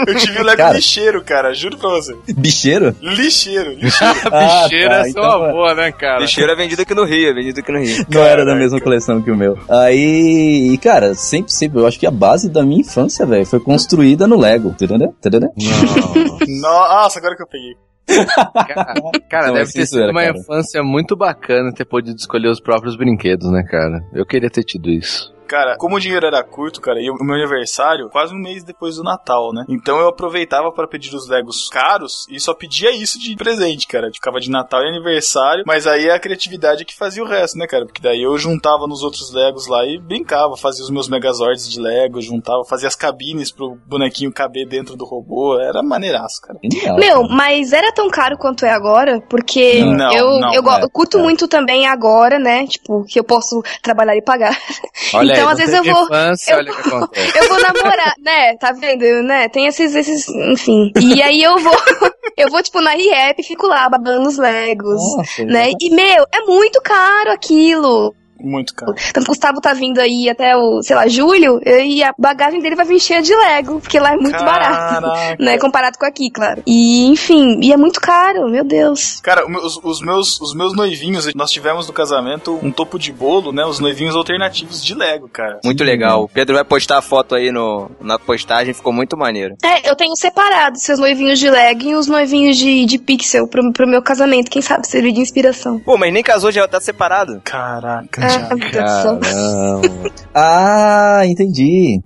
Speaker 1: Eu tive o Lego
Speaker 10: Cara.
Speaker 1: lixeiro, cara, juro pra você.
Speaker 10: bicheiro?
Speaker 1: Lixeiro, lixeiro.
Speaker 10: Ah,
Speaker 12: Bicheira
Speaker 10: tá,
Speaker 12: é seu
Speaker 10: então-
Speaker 12: avô, né, cara?
Speaker 4: Lixeiro é vendido aqui no Rio, é vendido aqui no Rio.
Speaker 10: Não era da mesma coleção que o meu. Aí, e, cara, sempre, sempre, eu acho que a base da minha infância, velho, foi construída no Lego. Entendeu? Entendeu?
Speaker 1: Nossa, agora que eu peguei.
Speaker 12: Cara, cara,
Speaker 10: Não,
Speaker 12: deve
Speaker 10: mas
Speaker 12: ter sido
Speaker 10: sincero,
Speaker 12: uma
Speaker 10: cara.
Speaker 12: infância muito bacana ter podido escolher os próprios brinquedos, né, cara? Eu queria ter tido isso.
Speaker 1: Cara, como o dinheiro era curto, cara, e o meu aniversário quase um mês depois do Natal, né? Então eu aproveitava pra pedir os Legos caros e só pedia isso de presente, cara. Ficava de Natal e aniversário, mas aí é a criatividade que fazia o resto, né, cara? Porque daí eu juntava nos outros Legos lá e brincava, fazia os meus Megazords de Lego, juntava, fazia as cabines pro bonequinho caber dentro do robô. Era maneiraço, cara.
Speaker 3: Meu, mas era tão caro quanto é agora, porque
Speaker 1: Não,
Speaker 3: eu,
Speaker 1: não,
Speaker 3: eu, go-
Speaker 1: é,
Speaker 3: eu curto muito também agora, né? Tipo, que eu posso trabalhar e pagar.
Speaker 2: Olha
Speaker 3: então,
Speaker 2: aí,
Speaker 3: às
Speaker 2: não
Speaker 3: vezes eu
Speaker 2: teve
Speaker 3: vou.
Speaker 2: infância,
Speaker 3: eu-
Speaker 2: olha o que acontece.
Speaker 3: Eu vou namorar, né? Tá vendo, eu, né? Tem esses, esses, enfim. E aí eu vou, eu vou tipo na IEP e fico lá babando os Legos,
Speaker 1: Nossa,
Speaker 3: né? E meu, é muito caro aquilo.
Speaker 1: Muito caro.
Speaker 3: Tanto que o Gustavo tá vindo aí até o, sei lá, julho, e a bagagem dele vai vir cheia de Lego, porque lá é muito barato,
Speaker 1: Caraca.
Speaker 3: né? Comparado com aqui, claro. E, enfim, e é muito caro, meu Deus.
Speaker 1: Cara, o meu- os, os meus, os meus noivinhos, nós tivemos no casamento um topo de bolo, né? Os noivinhos alternativos de Lego, cara.
Speaker 4: Muito legal. O Pedro vai postar a foto aí no, na postagem, ficou muito maneiro.
Speaker 3: É, eu tenho separado seus noivinhos de Lego e os noivinhos de, de pixel pro, pro meu casamento. Quem sabe servir de inspiração.
Speaker 4: Pô, mas nem casou, já tá separado.
Speaker 3: Ah,
Speaker 1: Caraca,
Speaker 3: meu Deus do céu.
Speaker 2: Caramba.
Speaker 10: Ah, entendi.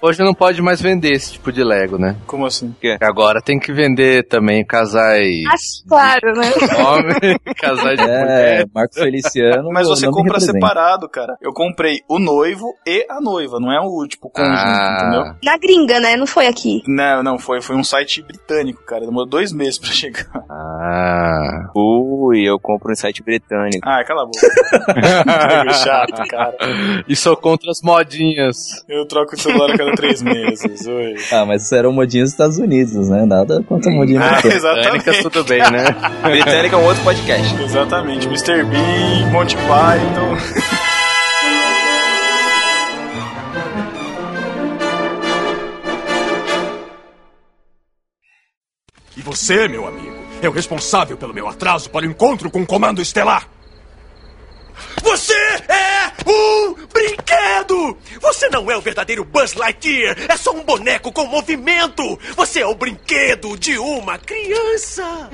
Speaker 2: Hoje não pode mais vender esse tipo de Lego, né?
Speaker 1: Como assim?
Speaker 2: Agora tem que vender também casais.
Speaker 3: Ah, claro, né?
Speaker 2: Homem, casais de
Speaker 10: É,
Speaker 2: mulher.
Speaker 10: Marco Feliciano.
Speaker 1: Mas você
Speaker 10: não me
Speaker 1: compra
Speaker 10: representa.
Speaker 1: separado, cara. Eu comprei o noivo e a noiva, não é o tipo conjunto,
Speaker 2: Ah.
Speaker 1: entendeu?
Speaker 3: Na gringa, né? Não foi aqui.
Speaker 1: Não, não, foi, foi um site britânico, cara. Demorou dois meses pra chegar.
Speaker 2: Ah.
Speaker 4: Ui, eu compro um site britânico.
Speaker 1: Ah, cala a boca. chato, cara.
Speaker 2: E sou contra as modinhas.
Speaker 1: Eu troco o celular a cada três meses. Oi.
Speaker 10: Ah, mas isso era modinha dos Estados Unidos, né? Nada contra modinha
Speaker 1: Ah,
Speaker 10: americana.
Speaker 1: exatamente.
Speaker 2: Britânicas tudo bem, né?
Speaker 4: Britânica é um outro podcast.
Speaker 1: Exatamente. Mr. Bean, Monty Python.
Speaker 8: E você, meu amigo, é o responsável pelo meu atraso para o encontro com o Comando Estelar. Você é um brinquedo! Você não é o verdadeiro Buzz Lightyear, é só um boneco com movimento! Você é o brinquedo de uma criança!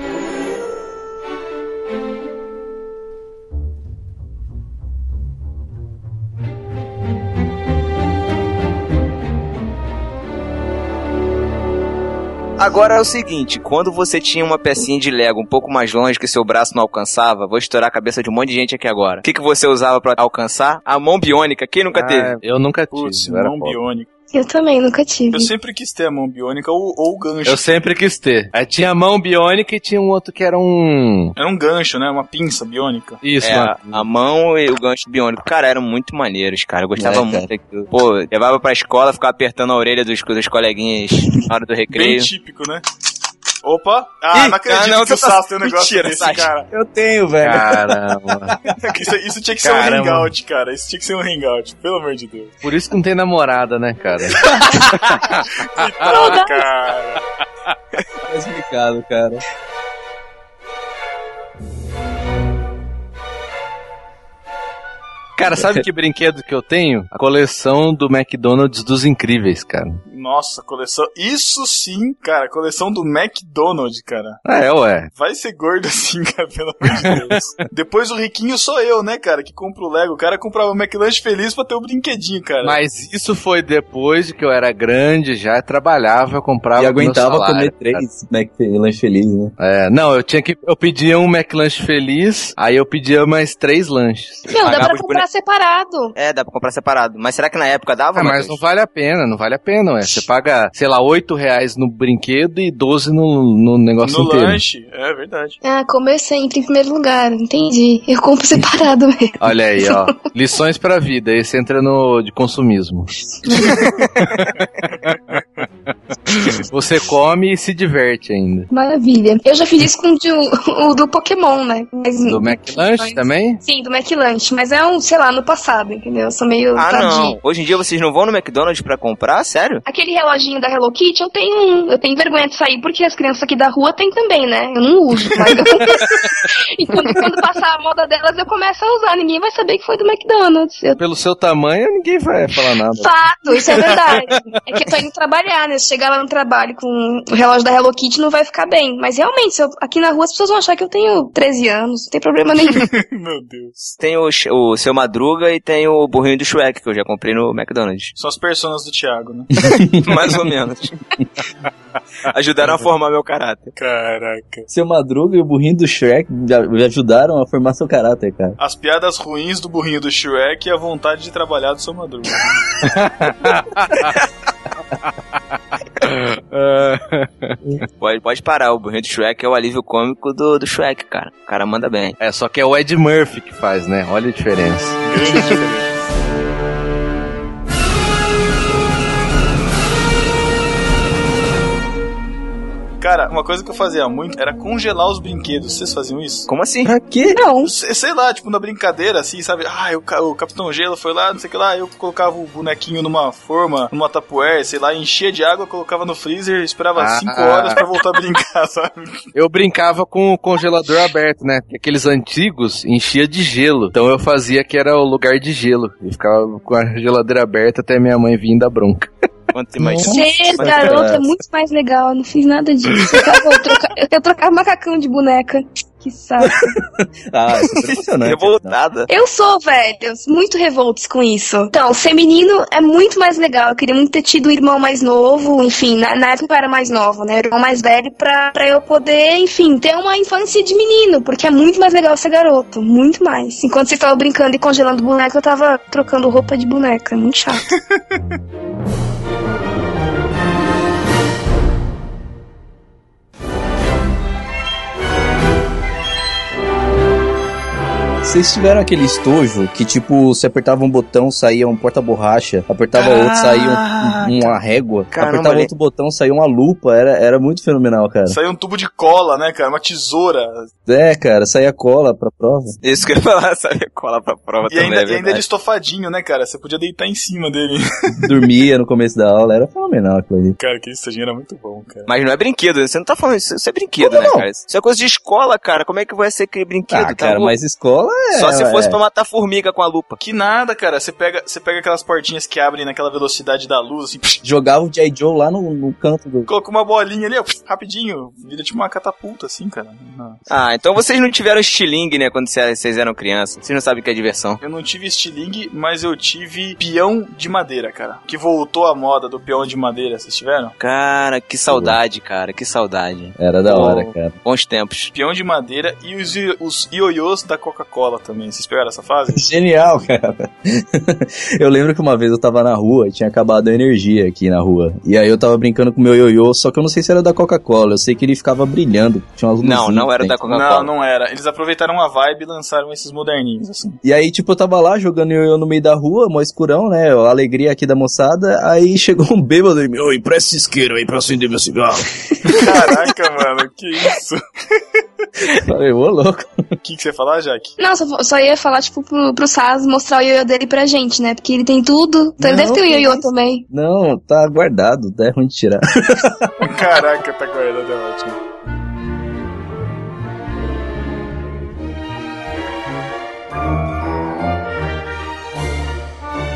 Speaker 4: Agora é o seguinte, quando você tinha uma pecinha de Lego um pouco mais longe que seu braço não alcançava, vou estourar a cabeça de um monte de gente aqui agora. O que, que você usava pra alcançar? A mão biônica, quem nunca teve?
Speaker 2: Ah, eu nunca tive.
Speaker 1: Putz,
Speaker 2: eu, era
Speaker 1: mão
Speaker 2: pobre.
Speaker 1: biônica.
Speaker 3: Eu também, nunca tive.
Speaker 1: Eu sempre quis ter a mão biônica ou, ou o gancho.
Speaker 2: eu sempre quis ter. Aí tinha a mão biônica e tinha um outro que era um.
Speaker 1: Era um gancho, né? Uma pinça biônica.
Speaker 2: Isso,
Speaker 4: É,
Speaker 2: mano.
Speaker 4: a mão e o gancho biônico. Cara, eram muito maneiros, cara. Eu gostava
Speaker 10: É, cara.
Speaker 4: muito daquilo. Pô, levava pra escola, ficava apertando a orelha dos, dos coleguinhas na hora do
Speaker 1: Bem
Speaker 4: recreio.
Speaker 1: típico, né? Opa! Ah,
Speaker 4: Ih,
Speaker 1: não acredito
Speaker 4: ah, não,
Speaker 1: que o
Speaker 4: você tá-
Speaker 1: Sasso tem um negócio
Speaker 4: Mentira,
Speaker 1: desse,
Speaker 4: Sassi.
Speaker 1: cara.
Speaker 10: Eu tenho, velho.
Speaker 2: Caramba.
Speaker 1: Isso, isso tinha que ser
Speaker 2: Caramba.
Speaker 1: um hangout, cara. Isso tinha que ser um hangout, pelo amor de Deus.
Speaker 2: Por isso que não tem namorada, né, cara?
Speaker 1: Ah, cara.
Speaker 10: Tá explicado, cara.
Speaker 2: Cara, sabe que brinquedo que eu tenho? A coleção do McDonald's dos Incríveis, cara.
Speaker 1: Nossa, coleção. Isso sim, cara. Coleção do McDonald's, cara.
Speaker 2: É, ué.
Speaker 1: Vai ser gordo assim, cara, pelo amor de Deus. Depois o riquinho sou eu, né, cara, que compro o Lego. O cara comprava o McLanche feliz pra ter o brinquedinho, cara.
Speaker 2: Mas isso foi depois que eu era grande, já trabalhava, eu comprava
Speaker 10: E
Speaker 2: com meu
Speaker 10: aguentava
Speaker 2: salário,
Speaker 10: comer três McLanche feliz, né?
Speaker 2: cara. É, não, eu tinha que eu pedia um McLanche feliz, aí eu pedia mais três lanches.
Speaker 3: Meu, dá
Speaker 4: Pagava
Speaker 3: pra
Speaker 4: os
Speaker 3: comprar
Speaker 4: bone-
Speaker 3: separado.
Speaker 4: É, dá pra comprar separado. Mas será que na época dava?
Speaker 2: Ah, mas
Speaker 4: Matheus?
Speaker 2: não vale a pena, não vale a pena, ué. Você paga, sei lá, oito reais no brinquedo e 12 no, no negócio
Speaker 1: no
Speaker 2: inteiro.
Speaker 1: lanche, é verdade.
Speaker 3: Ah, comer sempre em primeiro lugar, entendi. Eu compro separado mesmo.
Speaker 2: Olha aí, ó. Lições pra vida. Esse entra no de consumismo. Você come e se diverte ainda.
Speaker 3: Maravilha. Eu já fiz isso com o, de- um, o do Pokémon, né? Mas,
Speaker 2: Do McLanche também?
Speaker 3: Sim, do McLanche, mas é um, sei lá, no passado, entendeu? Eu sou meio
Speaker 4: Ah,
Speaker 3: tardia.
Speaker 4: não. Hoje em dia vocês não vão no McDonald's pra comprar? Sério?
Speaker 3: Aqui aquele reloginho da Hello Kitty, eu tenho um. Eu tenho vergonha de sair, porque as crianças aqui da rua têm também, né? Eu não uso, mas eu... e quando, quando passar a moda delas, eu começo a usar. Ninguém vai saber que foi do McDonald's. Eu...
Speaker 12: Pelo seu tamanho, ninguém vai falar nada.
Speaker 3: Fato, isso é verdade. É que eu tô indo trabalhar, né? Se chegar lá no trabalho com o relógio da Hello Kitty, não vai ficar bem. Mas realmente, se eu- aqui na rua as pessoas vão achar que eu tenho 13 anos, não tem problema nenhum.
Speaker 1: Meu Deus.
Speaker 4: Tem o, Sh- o Seu Madruga e tem o burrinho do Shrek, que eu já comprei no McDonald's.
Speaker 1: São as personas do Thiago, né?
Speaker 4: Mais ou menos. Ajudaram a formar meu caráter.
Speaker 1: Caraca.
Speaker 10: Seu Madruga e o burrinho do Shrek me a- me ajudaram a formar seu caráter, cara.
Speaker 1: As piadas ruins do burrinho do Shrek e a vontade de trabalhar do seu madruga.
Speaker 4: Pode, pode parar, o burrinho do Shrek é o alívio cômico do, do Shrek, cara. O cara manda bem.
Speaker 12: É, só que é o Ed Murphy que faz, né? Olha a diferença.
Speaker 1: Cara, uma coisa que eu fazia muito era congelar os brinquedos. Vocês faziam isso?
Speaker 4: Como assim?
Speaker 10: Pra quê?
Speaker 3: Não.
Speaker 1: Sei sei lá, tipo, na brincadeira, assim, sabe? Ah, o, ca- o Capitão Gelo foi lá, não sei o que lá. Eu colocava o bonequinho numa forma, numa tapuer, sei lá, enchia de água, colocava no freezer, esperava
Speaker 12: Ah.
Speaker 1: 5 horas pra voltar a brincar, sabe?
Speaker 12: Eu brincava com o congelador aberto, né? Porque aqueles antigos enchia de gelo. Então eu fazia que era o lugar de gelo. E ficava com a geladeira aberta até minha mãe vir da bronca.
Speaker 4: Quanto mais
Speaker 3: Ser garoto é muito mais legal, eu não fiz nada disso. Eu trocava, eu troca- eu trocava macacão de boneca. Que saco.
Speaker 10: Ah, isso é impressionante.
Speaker 4: Revoltada.
Speaker 3: Eu sou, velho, muito revoltos com isso. Então, ser menino é muito mais legal. Eu queria muito ter tido um irmão mais novo, enfim, na, na época eu era mais nova, né? Irmão mais velho, pra, pra eu poder, enfim, ter uma infância de menino, porque é muito mais legal ser garoto, muito mais. Enquanto vocês estavam brincando e congelando boneca, eu tava trocando roupa de boneca, é muito chato.
Speaker 10: Vocês tiveram aquele estojo que, tipo, você apertava um botão, saía um porta-borracha, apertava outro, saía um- uma régua,
Speaker 4: Caramba,
Speaker 10: apertava
Speaker 4: olha-
Speaker 10: outro botão, saía uma lupa, era, era muito fenomenal, cara.
Speaker 1: Saiu um tubo de cola, né, cara? Uma tesoura.
Speaker 10: É, cara, saía cola pra prova.
Speaker 4: Isso que eu ia falar, sabe? Cola pra prova
Speaker 1: E
Speaker 4: também,
Speaker 1: ainda,
Speaker 4: é
Speaker 1: e ainda
Speaker 4: verdade.
Speaker 1: ele estofadinho, né, cara? Você podia deitar em cima dele.
Speaker 10: Dormia no começo da aula, era fenomenal aquilo ali.
Speaker 1: Cara, que isso era muito bom, cara.
Speaker 4: Mas não é brinquedo, né? você não tá falando isso, isso é brinquedo,
Speaker 10: Como
Speaker 4: né,
Speaker 10: não?
Speaker 4: cara? Isso é coisa de escola, cara. Como é que vai ser que brinquedo?
Speaker 10: Ah,
Speaker 4: tá
Speaker 10: cara,
Speaker 4: louco?
Speaker 10: mas escola é.
Speaker 4: Só se fosse
Speaker 10: é.
Speaker 4: pra matar formiga com a lupa.
Speaker 1: Que nada, cara. Você pega, você pega aquelas portinhas que abrem naquela velocidade da luz, assim, psh,
Speaker 10: Jogava o J. Joe lá no, no canto do.
Speaker 1: colocou uma bolinha ali, ó, psh, rapidinho. Vira tipo uma catapulta, assim, cara. Não.
Speaker 4: Ah, então vocês não tiveram estilingue, né, quando cê- vocês eram crianças. Vocês não sabem o que é diversão.
Speaker 1: Eu não tive estilingue, mas eu tive peão de madeira, cara. Que voltou à moda do peão de madeira, vocês tiveram?
Speaker 4: Cara, que saudade, cara, que saudade.
Speaker 10: Era da
Speaker 4: Pô.
Speaker 10: hora, cara.
Speaker 4: Bons tempos.
Speaker 1: Peão de madeira e os, io- os ioiôs da Coca-Cola também. Vocês pegaram essa fase?
Speaker 10: Genial, cara. eu lembro que uma vez eu tava na rua e tinha acabado a energia aqui na rua. E aí eu tava brincando com o meu ioiô, só que eu não sei se era da Coca-Cola. Eu sei que ele ficava brilhando. Tinha umas
Speaker 4: Não,
Speaker 10: luzinhas
Speaker 4: não era da
Speaker 10: dentro.
Speaker 1: Não,
Speaker 4: Coca-Cola.
Speaker 1: não era. Eles aproveitaram a vibe e lançaram esses moderninhos, assim.
Speaker 10: E aí, tipo, eu tava lá jogando ioiô no meio da rua, mó escurão, né? A alegria aqui da moçada. Aí chegou um bêbado e me, ô, empresta esse isqueiro aí pra acender meu cigarro.
Speaker 1: Caraca, mano, que isso?
Speaker 10: Falei, ô, louco.
Speaker 1: O que, que você ia falar, Jaque?
Speaker 3: Não, só, só ia falar, tipo, pro, pro Saz mostrar o ioiô dele pra gente, né? Porque ele tem tudo. Então ele
Speaker 10: Não,
Speaker 3: deve ter o
Speaker 10: que
Speaker 3: ioiô
Speaker 10: isso.
Speaker 3: também.
Speaker 10: Não, tá guardado, tá é ruim de tirar.
Speaker 1: Caraca, tá guardado, é ótimo.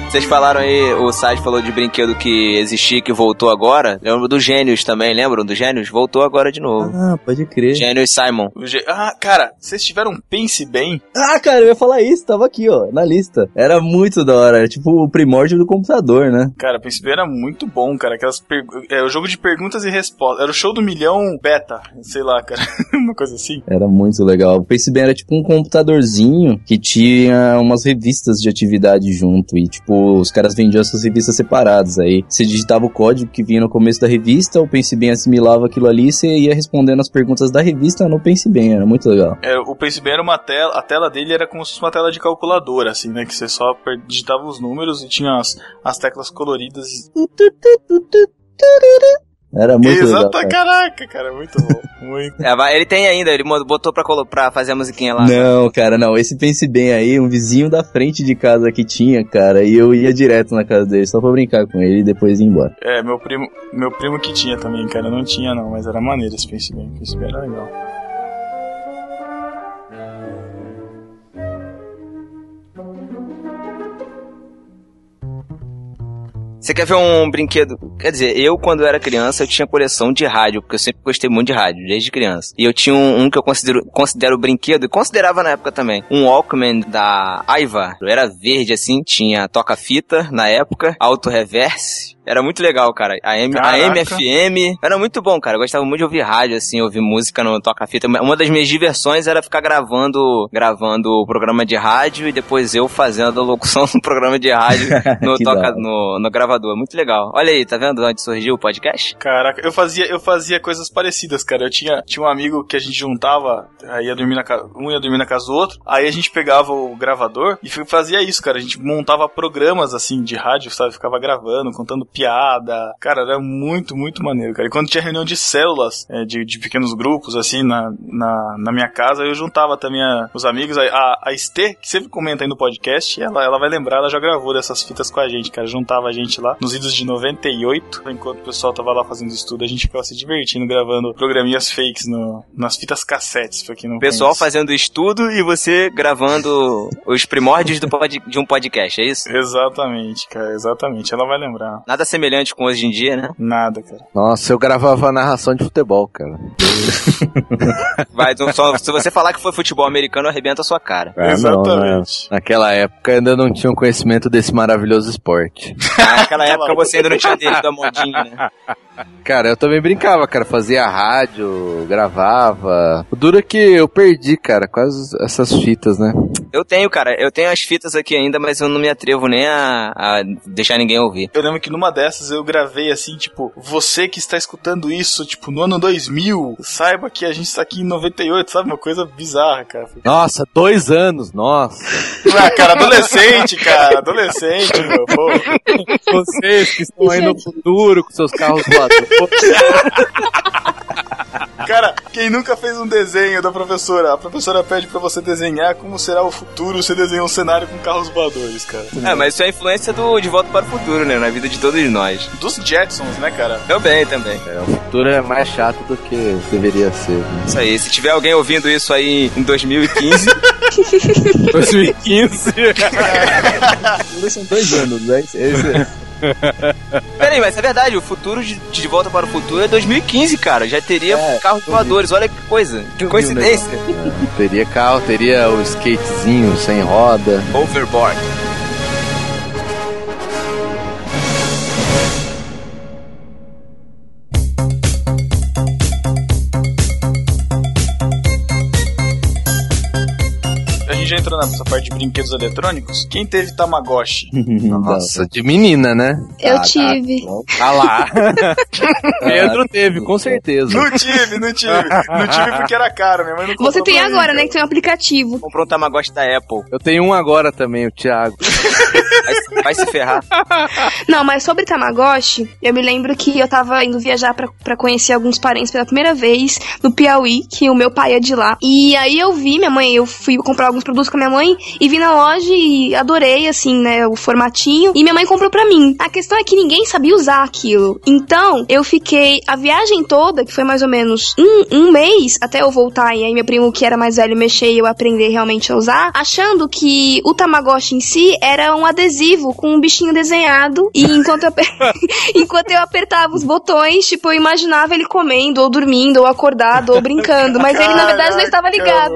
Speaker 4: Vocês falaram aí, o Sage falou de brinquedo que existia e que voltou agora. Lembro do Gênios também, lembram do Gênios? Voltou agora de novo.
Speaker 10: ah, pode crer.
Speaker 4: Gênios Simon.
Speaker 1: O G- Ah, cara, vocês tiveram um Pense Bem?
Speaker 10: Ah, cara, eu ia falar isso, tava aqui, ó, na lista. Era muito da hora, era tipo o primórdio do computador, né?
Speaker 1: Cara, Pense Bem era muito bom, cara. Aquelas per... É o jogo de perguntas e respostas. Era o show do milhão beta, sei lá, cara. Uma coisa assim.
Speaker 10: Era muito legal. O PCB era tipo um computadorzinho que tinha umas revistas de atividade junto. E, tipo, os caras vendiam essas revistas separadas. Aí você digitava o código que vinha no começo da revista, o PCB assimilava aquilo ali e você ia respondendo as perguntas da revista no PCB. Era muito legal.
Speaker 1: É, o Pense Bem era uma tela. A tela dele era como se fosse uma tela de calculadora, assim, né? Que você só per- digitava os números e tinha as, as teclas coloridas. e-
Speaker 10: Era muito legal.
Speaker 1: Exata,
Speaker 10: cara.
Speaker 1: caraca, cara, muito bom. Muito.
Speaker 4: É, vai- ele tem ainda, ele mo- botou pra, colo- pra fazer a musiquinha lá. né?
Speaker 10: Não, cara, não. Esse pense bem aí, um vizinho da frente de casa que tinha, cara, e eu ia direto na casa dele só pra brincar com ele e depois ir embora.
Speaker 1: É, meu primo, meu primo que tinha também, cara, não tinha não, mas era maneiro esse Pense Bem, Pense Bem era legal.
Speaker 4: Você quer ver um brinquedo? Quer dizer, eu quando era criança eu tinha coleção de rádio, porque eu sempre gostei muito de rádio, desde criança. E eu tinha um, um que eu considero, considero brinquedo, e considerava na época também, um Walkman da Aiva. Eu era verde assim, tinha toca-fita na época, auto-reverse. Era muito legal, cara. A, M, a
Speaker 1: Caraca.
Speaker 4: MFM. Era muito bom, cara. Eu gostava muito de ouvir rádio, assim, ouvir música no toca-fita. Uma das minhas diversões era ficar gravando gravando o programa de rádio e depois eu fazendo a locução do programa de rádio no,
Speaker 10: Que da
Speaker 4: toca,
Speaker 10: hora.
Speaker 4: no, no gravador. Muito legal. Olha aí, tá vendo onde surgiu o podcast?
Speaker 1: Caraca, eu fazia, eu fazia coisas parecidas, cara. Eu tinha, tinha um amigo que a gente juntava, aí ia dormir na casa, um ia dormir na casa do outro, aí a gente pegava o gravador e fi- fazia isso, cara. A gente montava programas assim de rádio, sabe? Ficava gravando, contando piada. Cara, era muito, muito maneiro, cara. E quando tinha reunião de células, é, de, de pequenos grupos, assim, na, na, na minha casa, eu juntava também a- os amigos. A, a, a Estê, que sempre comenta aí no podcast, ela, ela vai lembrar, ela já gravou dessas fitas com a gente, cara. Juntava a gente lá nos idos de 98, enquanto o pessoal tava lá fazendo estudo, a gente ficava se divertindo gravando programinhas fakes no, nas fitas cassetes, pra quem não
Speaker 4: O pessoal
Speaker 1: conhece.
Speaker 4: fazendo estudo e você gravando os primórdios do pod- de um podcast, é isso?
Speaker 1: Exatamente, cara, exatamente. Ela vai lembrar.
Speaker 4: Nada semelhante com hoje em dia, né?
Speaker 1: Nada, cara.
Speaker 2: Nossa, eu gravava narração de futebol, cara.
Speaker 4: Vai, então, só, se você falar que foi futebol americano, arrebenta a sua cara.
Speaker 2: Ah, não, né?
Speaker 1: Exatamente.
Speaker 2: Naquela época ainda não tinha um conhecimento desse maravilhoso esporte.
Speaker 4: Naquela época você ainda não tinha aderido a modinha, né?
Speaker 2: Cara, eu também brincava, cara. Fazia rádio, gravava. O duro é que eu perdi, cara, quase essas fitas, né?
Speaker 4: Eu tenho, cara, eu tenho as fitas aqui ainda, mas eu não me atrevo nem a, a deixar ninguém ouvir.
Speaker 1: Eu lembro que numa dessas eu gravei assim, tipo, você que está escutando isso, tipo, no ano 2000, saiba que a gente está aqui em 98, sabe? Uma coisa bizarra, cara.
Speaker 2: Nossa, dois anos, nossa.
Speaker 1: Ah, cara, adolescente, cara, adolescente, meu, pô.
Speaker 2: Vocês que estão aí no futuro com seus carros voadores.
Speaker 1: Cara, quem nunca fez um desenho da professora? A professora pede pra você desenhar como será o futuro, você desenha um cenário com carros voadores, cara.
Speaker 4: É, mas isso é a influência do De Volta para o Futuro, né? Na vida de todos nós.
Speaker 1: Dos Jetsons, né, cara?
Speaker 4: Também, também.
Speaker 2: O futuro é mais chato do que deveria ser. Né?
Speaker 4: Isso aí. Se tiver alguém ouvindo isso aí em 2015,
Speaker 2: 2015.
Speaker 10: São dois anos, né? Esse-
Speaker 4: Peraí, mas é verdade, o futuro de, de Volta para o Futuro é 2015, cara. Já teria
Speaker 10: É,
Speaker 4: carros voadores, olha que coisa. Que
Speaker 2: vi
Speaker 4: coincidência.
Speaker 10: né?
Speaker 2: É, Teria carro, teria o skatezinho sem roda.
Speaker 4: Overboard.
Speaker 1: A gente já entrou nessa parte de brinquedos eletrônicos. Quem teve Tamagotchi?
Speaker 2: Nossa, de menina, né?
Speaker 3: Eu
Speaker 10: Ah,
Speaker 3: tive.
Speaker 2: Ah lá.
Speaker 10: Ah,
Speaker 2: Pedro teve, com certeza.
Speaker 1: Não tive, não tive. Não tive porque era caro, minha mãe não comprou
Speaker 3: Você tem
Speaker 1: pra mim,
Speaker 3: agora,
Speaker 1: cara.
Speaker 3: né? Que tem um aplicativo.
Speaker 4: Comprou um Tamagotchi da Apple.
Speaker 2: Eu tenho um agora também, o Thiago.
Speaker 4: Vai, vai se ferrar.
Speaker 3: Não, mas sobre Tamagotchi, eu me lembro que eu tava indo viajar pra, pra conhecer alguns parentes pela primeira vez no Piauí, que o meu pai é de lá. E aí eu vi minha mãe, eu fui comprar alguns produtos com a minha mãe e vi na loja e adorei, assim, né, o formatinho. E minha mãe comprou pra mim. A questão é que ninguém sabia usar aquilo. Então, eu fiquei a viagem toda, que foi mais ou menos um, um mês, até eu voltar e aí meu primo, que era mais velho, mexer e eu aprender realmente a usar, achando que o Tamagotchi em si era um adesivo com um bichinho desenhado. E enquanto eu, enquanto eu apertava os botões, tipo, eu imaginava ele comendo, ou dormindo, ou acordado, ou brincando. Mas ele, na verdade, não estava ligado.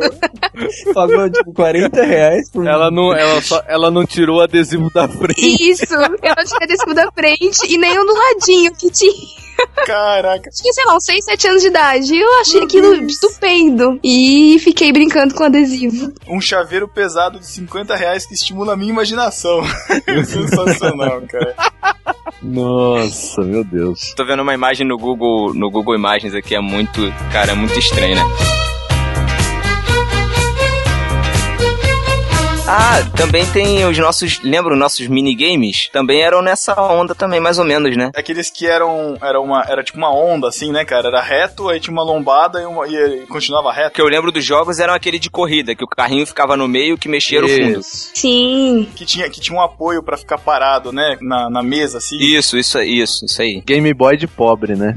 Speaker 10: Pagou tipo 40 reais por um
Speaker 2: Ela não, ela, só, ela não tirou o adesivo da frente.
Speaker 3: Isso, eu não tinha adesivo da frente e nenhum do ladinho que tinha.
Speaker 1: Caraca.
Speaker 3: Tinha, sei lá, uns 6, 7 anos de idade. E eu achei aquilo estupendo. E fiquei brincando com o adesivo.
Speaker 1: Um chaveiro pesado de 50 reais que estimula a minha imaginação. Sensacional, cara.
Speaker 2: Nossa, meu Deus.
Speaker 4: Tô vendo uma imagem no Google, no Google Imagens aqui, é muito, cara, é muito estranho, né? Ah, também tem os nossos. Lembra os nossos minigames? Também eram nessa onda também, mais ou menos, né?
Speaker 1: Aqueles que eram. Era, uma, era tipo uma onda, assim, né, cara? Era reto, aí tinha uma lombada e, uma- e- e continuava reto.
Speaker 4: O que eu lembro dos jogos eram aquele de corrida, que o carrinho ficava no meio e que mexia no fundo.
Speaker 3: Sim.
Speaker 1: Que tinha, que tinha um apoio pra ficar parado, né? Na, na mesa, assim.
Speaker 4: Isso, isso aí, isso, isso aí.
Speaker 2: Game Boy de pobre, né?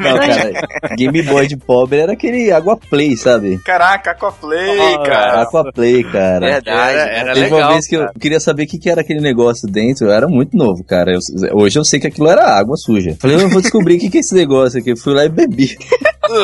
Speaker 10: Não, cara, Game Boy de pobre era aquele Água Play, sabe?
Speaker 1: Caraca, Aquaplay, cara.
Speaker 10: Aqua Play, cara.
Speaker 1: Verdade, Era- era
Speaker 10: Teve
Speaker 1: legal,
Speaker 10: uma vez que eu queria saber o que, que era aquele negócio dentro. Eu era muito novo, cara. Eu- hoje eu sei que aquilo era água suja. Falei, eu vou descobrir o que, que é esse negócio aqui. Eu fui lá e bebi.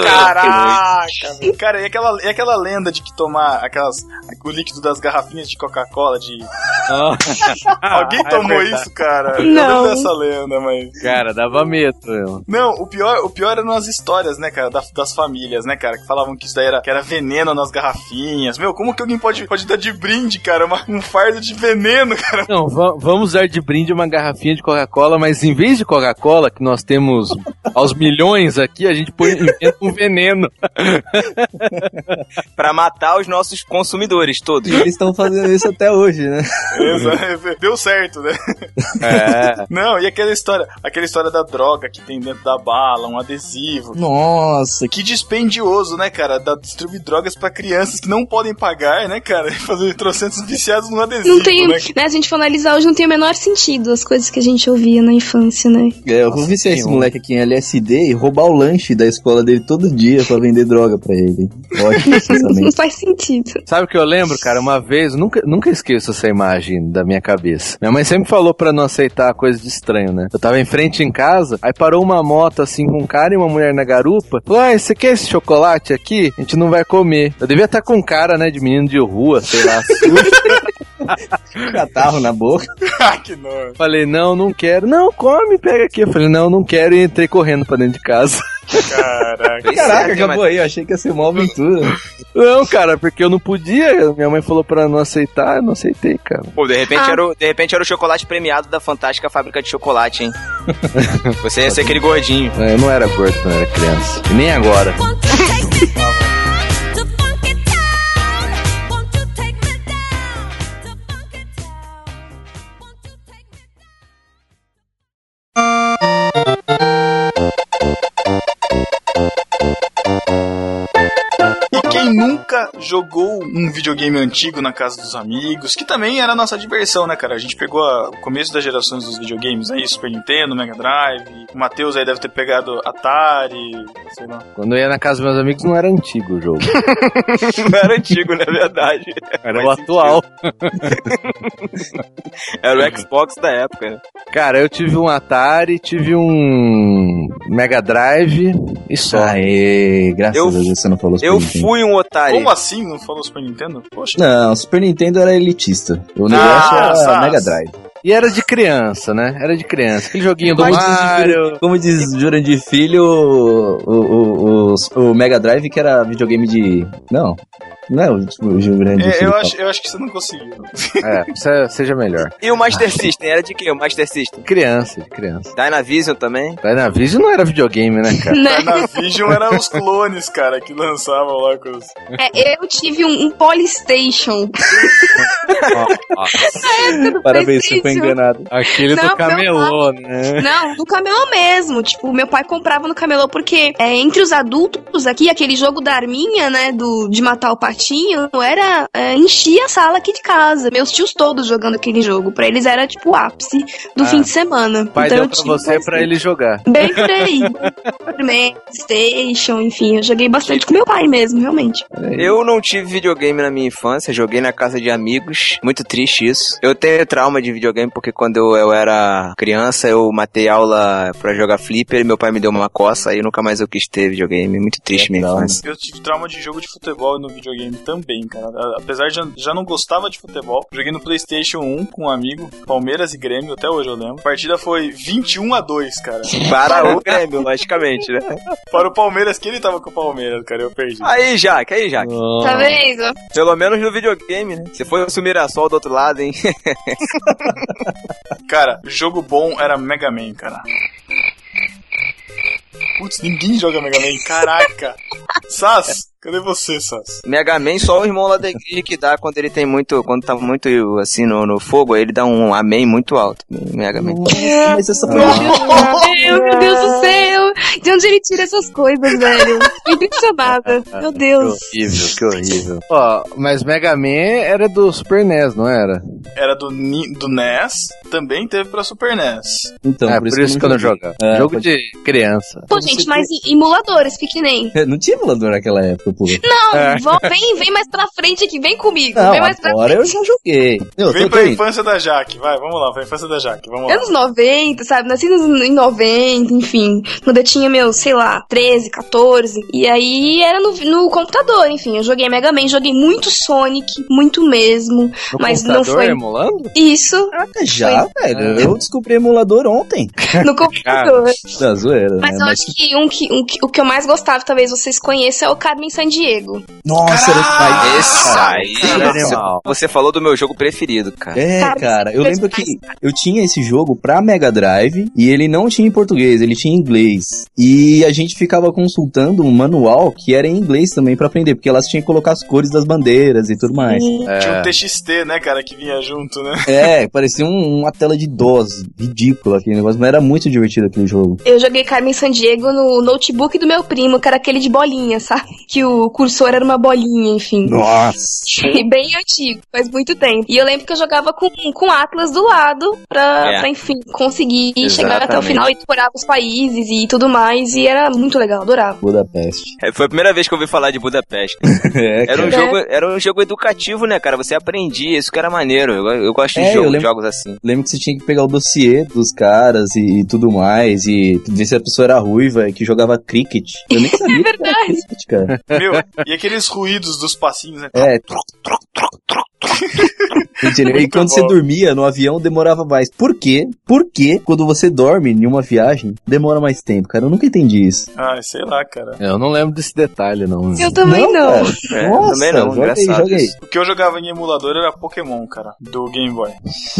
Speaker 1: Caraca! velho. Cara, e aquela, e aquela lenda de que tomar aquelas, o líquido das garrafinhas de Coca-Cola de. Alguém
Speaker 2: Ah. É
Speaker 1: tomou
Speaker 2: verdade.
Speaker 1: isso, cara? Eu
Speaker 2: Não.
Speaker 1: lembro dessa lenda, mas.
Speaker 2: Cara, dava medo. meu.
Speaker 1: Não, o pior, o pior eram as histórias, né, cara, da- das, famílias, né, cara, que falavam que isso daí era, que era veneno nas garrafinhas. Meu, como que alguém pode, pode dar de brinde, cara, uma- um fardo de veneno, cara?
Speaker 2: Não, va- vamos dar de brinde uma garrafinha de Coca-Cola, mas em vez de Coca-Cola, que nós temos aos milhões aqui, a gente põe inventa um veneno.
Speaker 4: né? Pra matar os nossos consumidores todos.
Speaker 10: E eles estão fazendo isso até hoje, né?
Speaker 1: Exa- Deu certo, né?
Speaker 10: É.
Speaker 1: Não, e aquela história, aquela história da droga que tem dentro da bala, um adesivo.
Speaker 10: Nossa,
Speaker 1: Que dispendioso, né, cara? Da, distribuir drogas pra crianças que não podem pagar, né, cara? E Fazer trocentos viciados num adesivo,
Speaker 3: Não tem,
Speaker 1: né?
Speaker 3: né, se a gente for analisar hoje, não tem o menor sentido as coisas que a gente ouvia na infância, né?
Speaker 10: É, eu vou viciar esse moleque aqui em LSD e roubar o lanche da escola dele todo dia pra vender droga pra ele. Ótimo
Speaker 3: Não
Speaker 10: pensamento.
Speaker 3: faz sentido.
Speaker 2: Sabe o que eu lembro, cara? Uma vez, nunca, nunca esqueço essa imagem da minha cabeça. Minha mãe sempre falou pra não aceitar coisa de estranho, né? Eu tava em frente em casa, aí parou uma moto assim com um cara e uma mulher na garupa. Falou, ah, você quer esse chocolate aqui? A gente não vai comer. Eu devia estar com cara, né, de menino de rua, sei lá,
Speaker 10: catarro na boca.
Speaker 1: que nojo.
Speaker 2: Falei, não, não quero. Não, come, pega aqui. Eu falei, não, não quero. E entrei correndo pra dentro de casa.
Speaker 1: Caraca.
Speaker 10: Caraca, acabou aí. Eu achei que ia ser uma aventura.
Speaker 2: Não, cara, porque eu não podia. Minha mãe falou pra não aceitar, eu não aceitei, cara.
Speaker 4: Pô, de repente,
Speaker 2: Ah.
Speaker 4: era o, de repente era o chocolate premiado da fantástica fábrica de chocolate, hein? Você ia ser aquele gordinho.
Speaker 2: É, Eu não era gordo quando eu era criança. E nem agora.
Speaker 1: E quem nunca jogou um videogame antigo na casa dos amigos, que também era a nossa diversão, né, cara? A gente pegou a- o começo das gerações dos videogames aí, Super Nintendo, Mega Drive. O Matheus aí deve ter pegado Atari, sei lá.
Speaker 2: Quando eu ia na casa dos meus amigos, não era antigo o jogo.
Speaker 4: Não era antigo, na verdade.
Speaker 2: Era o atual.
Speaker 4: Era o Xbox da época, né?
Speaker 2: Cara, eu tive um Atari, tive um Mega Drive e só.
Speaker 10: Aê, graças
Speaker 4: Eu-
Speaker 10: a Deus você não falou Super
Speaker 4: Eu
Speaker 10: Nintendo.
Speaker 4: fui um otário.
Speaker 1: Como assim? Não falou Super Nintendo? Poxa.
Speaker 10: Não, Super Nintendo era elitista. O negócio era
Speaker 1: Nossa.
Speaker 10: Mega Drive.
Speaker 2: E era de criança, né? Era de criança. Aquele joguinho do
Speaker 10: Como diz-
Speaker 2: Mario.
Speaker 10: Como diz Jurandir Filho, o, o, o, o Mega Drive que era videogame de... Não, não é o, o Jurandir
Speaker 1: É,
Speaker 10: Filho.
Speaker 1: eu,
Speaker 10: que
Speaker 1: acho, eu acho que você não conseguiu.
Speaker 2: É, se- seja melhor.
Speaker 4: E o Master System? Era de quê? O Master System?
Speaker 2: Criança, de criança.
Speaker 4: Dynavision também?
Speaker 2: Dynavision não era videogame, né, cara?
Speaker 1: tá. Dynavision era os clones, cara, que lançavam lá com os...
Speaker 3: É, eu tive um, um Polystation. Na época do
Speaker 10: Parabéns, você foi
Speaker 3: PlayStation.
Speaker 10: enganado.
Speaker 2: Aquele
Speaker 3: Não,
Speaker 2: é do
Speaker 6: é
Speaker 2: camelô, né?
Speaker 3: Não, do camelô mesmo. Tipo, meu pai comprava no camelô porque é, entre os adultos aqui, aquele jogo da arminha, né, do, de matar o patinho, era é, enchia a sala aqui de casa. Meus tios todos jogando aquele jogo. Pra eles era, tipo, o ápice do
Speaker 2: Ah.
Speaker 3: fim de semana.
Speaker 2: O pai
Speaker 3: então
Speaker 2: deu
Speaker 3: eu
Speaker 2: pra
Speaker 3: tive
Speaker 2: você pra ele jogar.
Speaker 3: Bem por aí. Playstation, enfim, eu joguei bastante com meu pai mesmo, realmente.
Speaker 4: Eu não tive videogame na minha infância, joguei na casa de amigos. Muito triste isso. Eu tenho trauma de videogame porque quando eu, eu era criança, eu matei aula pra jogar flipper e meu pai me deu uma coça aí nunca mais eu quis ter videogame. Muito triste minha infância.
Speaker 1: Então, Eu tive trauma de jogo de futebol no videogame também, cara. A- Apesar de eu já não gostava de futebol, joguei no PlayStation 1 com um amigo, Palmeiras e Grêmio, até hoje eu lembro. A partida foi 21 a 2, cara.
Speaker 4: Para o Grêmio, logicamente, né?
Speaker 1: Para o Palmeiras, que ele tava com o Palmeiras, cara, eu perdi.
Speaker 4: Aí, Jaque, aí, Jaque.
Speaker 3: Tá vendo?
Speaker 4: Pelo menos no videogame, né? Se foi o Mirassol do outro lado, hein?
Speaker 1: Cara, jogo bom era Mega Man, cara. Putz, ninguém joga Mega Man, caraca. Sas, Cadê você, Sas?
Speaker 4: Mega Man, só o irmão lá da igreja que dá quando ele tem muito. Quando tá muito assim no, no fogo, ele dá um amém muito alto. Mega Man.
Speaker 10: Mas essa
Speaker 3: Meu Deus, meu Deus do céu! De onde ele tira essas coisas, velho? Fiquei impressionada. Meu Deus.
Speaker 10: Que horrível, que horrível.
Speaker 2: Ó, mas Mega Man era do Super NES, não era?
Speaker 1: Era do, Ni- do NES, também teve pra Super NES.
Speaker 10: Então,
Speaker 2: é, por isso, que eu não jogava.
Speaker 10: É,
Speaker 2: Jogo
Speaker 10: pode-
Speaker 2: de criança.
Speaker 3: Pô, gente, mas em- emuladores, fique nem.
Speaker 10: Não tinha emulador naquela época, pô.
Speaker 3: Não,
Speaker 10: É.
Speaker 3: vão- vem, vem mais pra frente aqui, vem comigo.
Speaker 10: Não,
Speaker 3: vem mais pra
Speaker 10: agora eu já joguei. Eu,
Speaker 1: Vem
Speaker 10: tô,
Speaker 1: pra
Speaker 10: tô indo.
Speaker 1: infância da Jaque, vai, vamos lá, pra infância da Jaque, vamos lá.
Speaker 3: Anos 90, sabe? Nasci nos, em 90, enfim. Quando eu tinha meus, sei lá, 13, 14. E aí era no, no computador, enfim. Eu joguei Mega Man, joguei muito Sonic, muito mesmo.
Speaker 2: No
Speaker 3: mas não
Speaker 2: computador,
Speaker 3: foi.
Speaker 2: emulando?
Speaker 3: Isso,
Speaker 10: Ah, Já, velho. Eu descobri emulador ontem.
Speaker 3: no computador.
Speaker 10: Da zoeira,
Speaker 3: Mas
Speaker 10: né?
Speaker 3: eu acho que, um que, um que o que eu mais gostava, talvez vocês conheçam, é o Carmen San Diego.
Speaker 10: Nossa, era pai.
Speaker 4: Esse aí,
Speaker 10: cara,
Speaker 4: você,
Speaker 10: animal.
Speaker 4: você falou do meu jogo preferido, cara.
Speaker 10: É,
Speaker 3: Cara,
Speaker 10: cara, eu
Speaker 3: esse
Speaker 10: lembro que eu tinha esse jogo pra Mega Drive e ele não tinha em português, ele tinha em inglês. E a gente ficava consultando um manual que era em inglês também pra aprender, porque elas tinham que colocar as cores das bandeiras e tudo mais.
Speaker 1: Tinha um
Speaker 2: É.
Speaker 1: TXT, né, cara, que vinha junto, né?
Speaker 10: É, parecia um- uma tela de DOS ridícula aquele negócio, mas era muito divertido aquele jogo.
Speaker 3: Eu joguei Carmen San Diego no notebook do meu primo, que era aquele de bolinha, sabe? Que o cursor era uma bolinha, enfim.
Speaker 10: Nossa!
Speaker 3: E bem antigo, faz muito tempo. E eu lembro que eu jogava com, com Atlas do lado pra,
Speaker 4: É.
Speaker 3: pra, enfim, conseguir chegar até o
Speaker 4: Exatamente.
Speaker 3: final e explorava os países e tudo mais. E era muito legal, adorava.
Speaker 10: Budapeste.
Speaker 4: É, Foi a primeira vez que eu ouvi falar de Budapeste.
Speaker 10: É,
Speaker 4: Era um,
Speaker 3: É.
Speaker 4: jogo, era um jogo educativo, né, cara? Você aprendia, isso que era maneiro. Eu, eu gosto
Speaker 10: É,
Speaker 4: de jogo-
Speaker 10: eu lembro-
Speaker 4: jogos assim.
Speaker 10: Lembro que você tinha que pegar o dossiê dos caras e, e tudo mais, e ver se a pessoa era ruiva e que jogava cricket. Eu nem sabia é que era cricket, cara.
Speaker 1: Meu, e aqueles ruídos dos passinhos, né?
Speaker 10: É. troc, troc, troc, troc, troc, troc. Entendeu? E
Speaker 1: Muito
Speaker 10: quando você
Speaker 1: bom.
Speaker 10: dormia no avião, demorava mais. Por quê? Por quê? Quando você dorme em uma viagem, demora mais tempo, cara. Eu nunca entendi isso.
Speaker 1: Ai, sei lá, cara.
Speaker 2: Eu não lembro desse detalhe, não.
Speaker 3: Eu também não.
Speaker 10: cara.
Speaker 4: É,
Speaker 10: Nossa,
Speaker 4: também não,
Speaker 10: joga aí,
Speaker 4: engraçado
Speaker 10: joga aí.
Speaker 4: isso.
Speaker 1: O que eu jogava em emulador era Pokémon, cara, do Game Boy.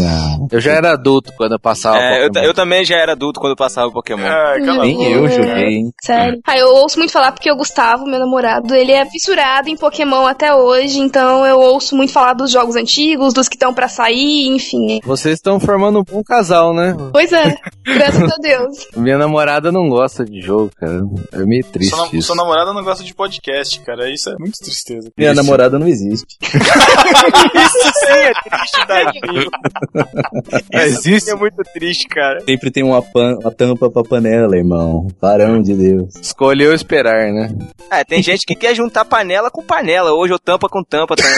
Speaker 10: Ah,
Speaker 2: Eu já era adulto quando eu passava
Speaker 4: É, eu,
Speaker 2: Ah, Pokémon.
Speaker 4: ta- eu também já era adulto quando passava o
Speaker 2: É.
Speaker 4: Pokémon.
Speaker 1: Ah, cala a
Speaker 10: nem
Speaker 1: boca.
Speaker 10: eu joguei, hein?
Speaker 3: Sério. Ah, eu ouço muito falar porque o Gustavo, meu namorado, ele é fissurado em Pokémon até hoje, então eu ouço muito falar dos jogos antigos, dos que estão pra sair, enfim.
Speaker 2: Vocês estão formando um bom casal, né?
Speaker 3: Pois é, graças a Deus.
Speaker 2: Minha namorada não gosta de jogo, cara. É meio triste
Speaker 1: Sua, na-
Speaker 2: isso.
Speaker 1: sua namorada não gosta de podcast, cara. Isso é muito tristeza.
Speaker 10: Minha namorada não existe.
Speaker 1: Isso sim é triste da vida.
Speaker 2: Existe?
Speaker 1: É muito triste, cara.
Speaker 10: Sempre tem uma, pan- uma tampa pra panela, irmão. Parão de Deus.
Speaker 2: Escolheu esperar, né?
Speaker 4: É, tem gente que quer juntar panela com panela. Hoje eu tampa com tampa também.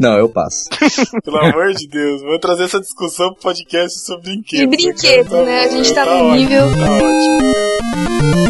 Speaker 10: Não, eu passo.
Speaker 1: Pelo amor de Deus. Vou trazer essa discussão pro podcast sobre
Speaker 3: De
Speaker 1: brinquedo.
Speaker 3: brinquedo, né? A gente tá num
Speaker 1: ótimo,
Speaker 3: nível.
Speaker 1: Tá ótimo.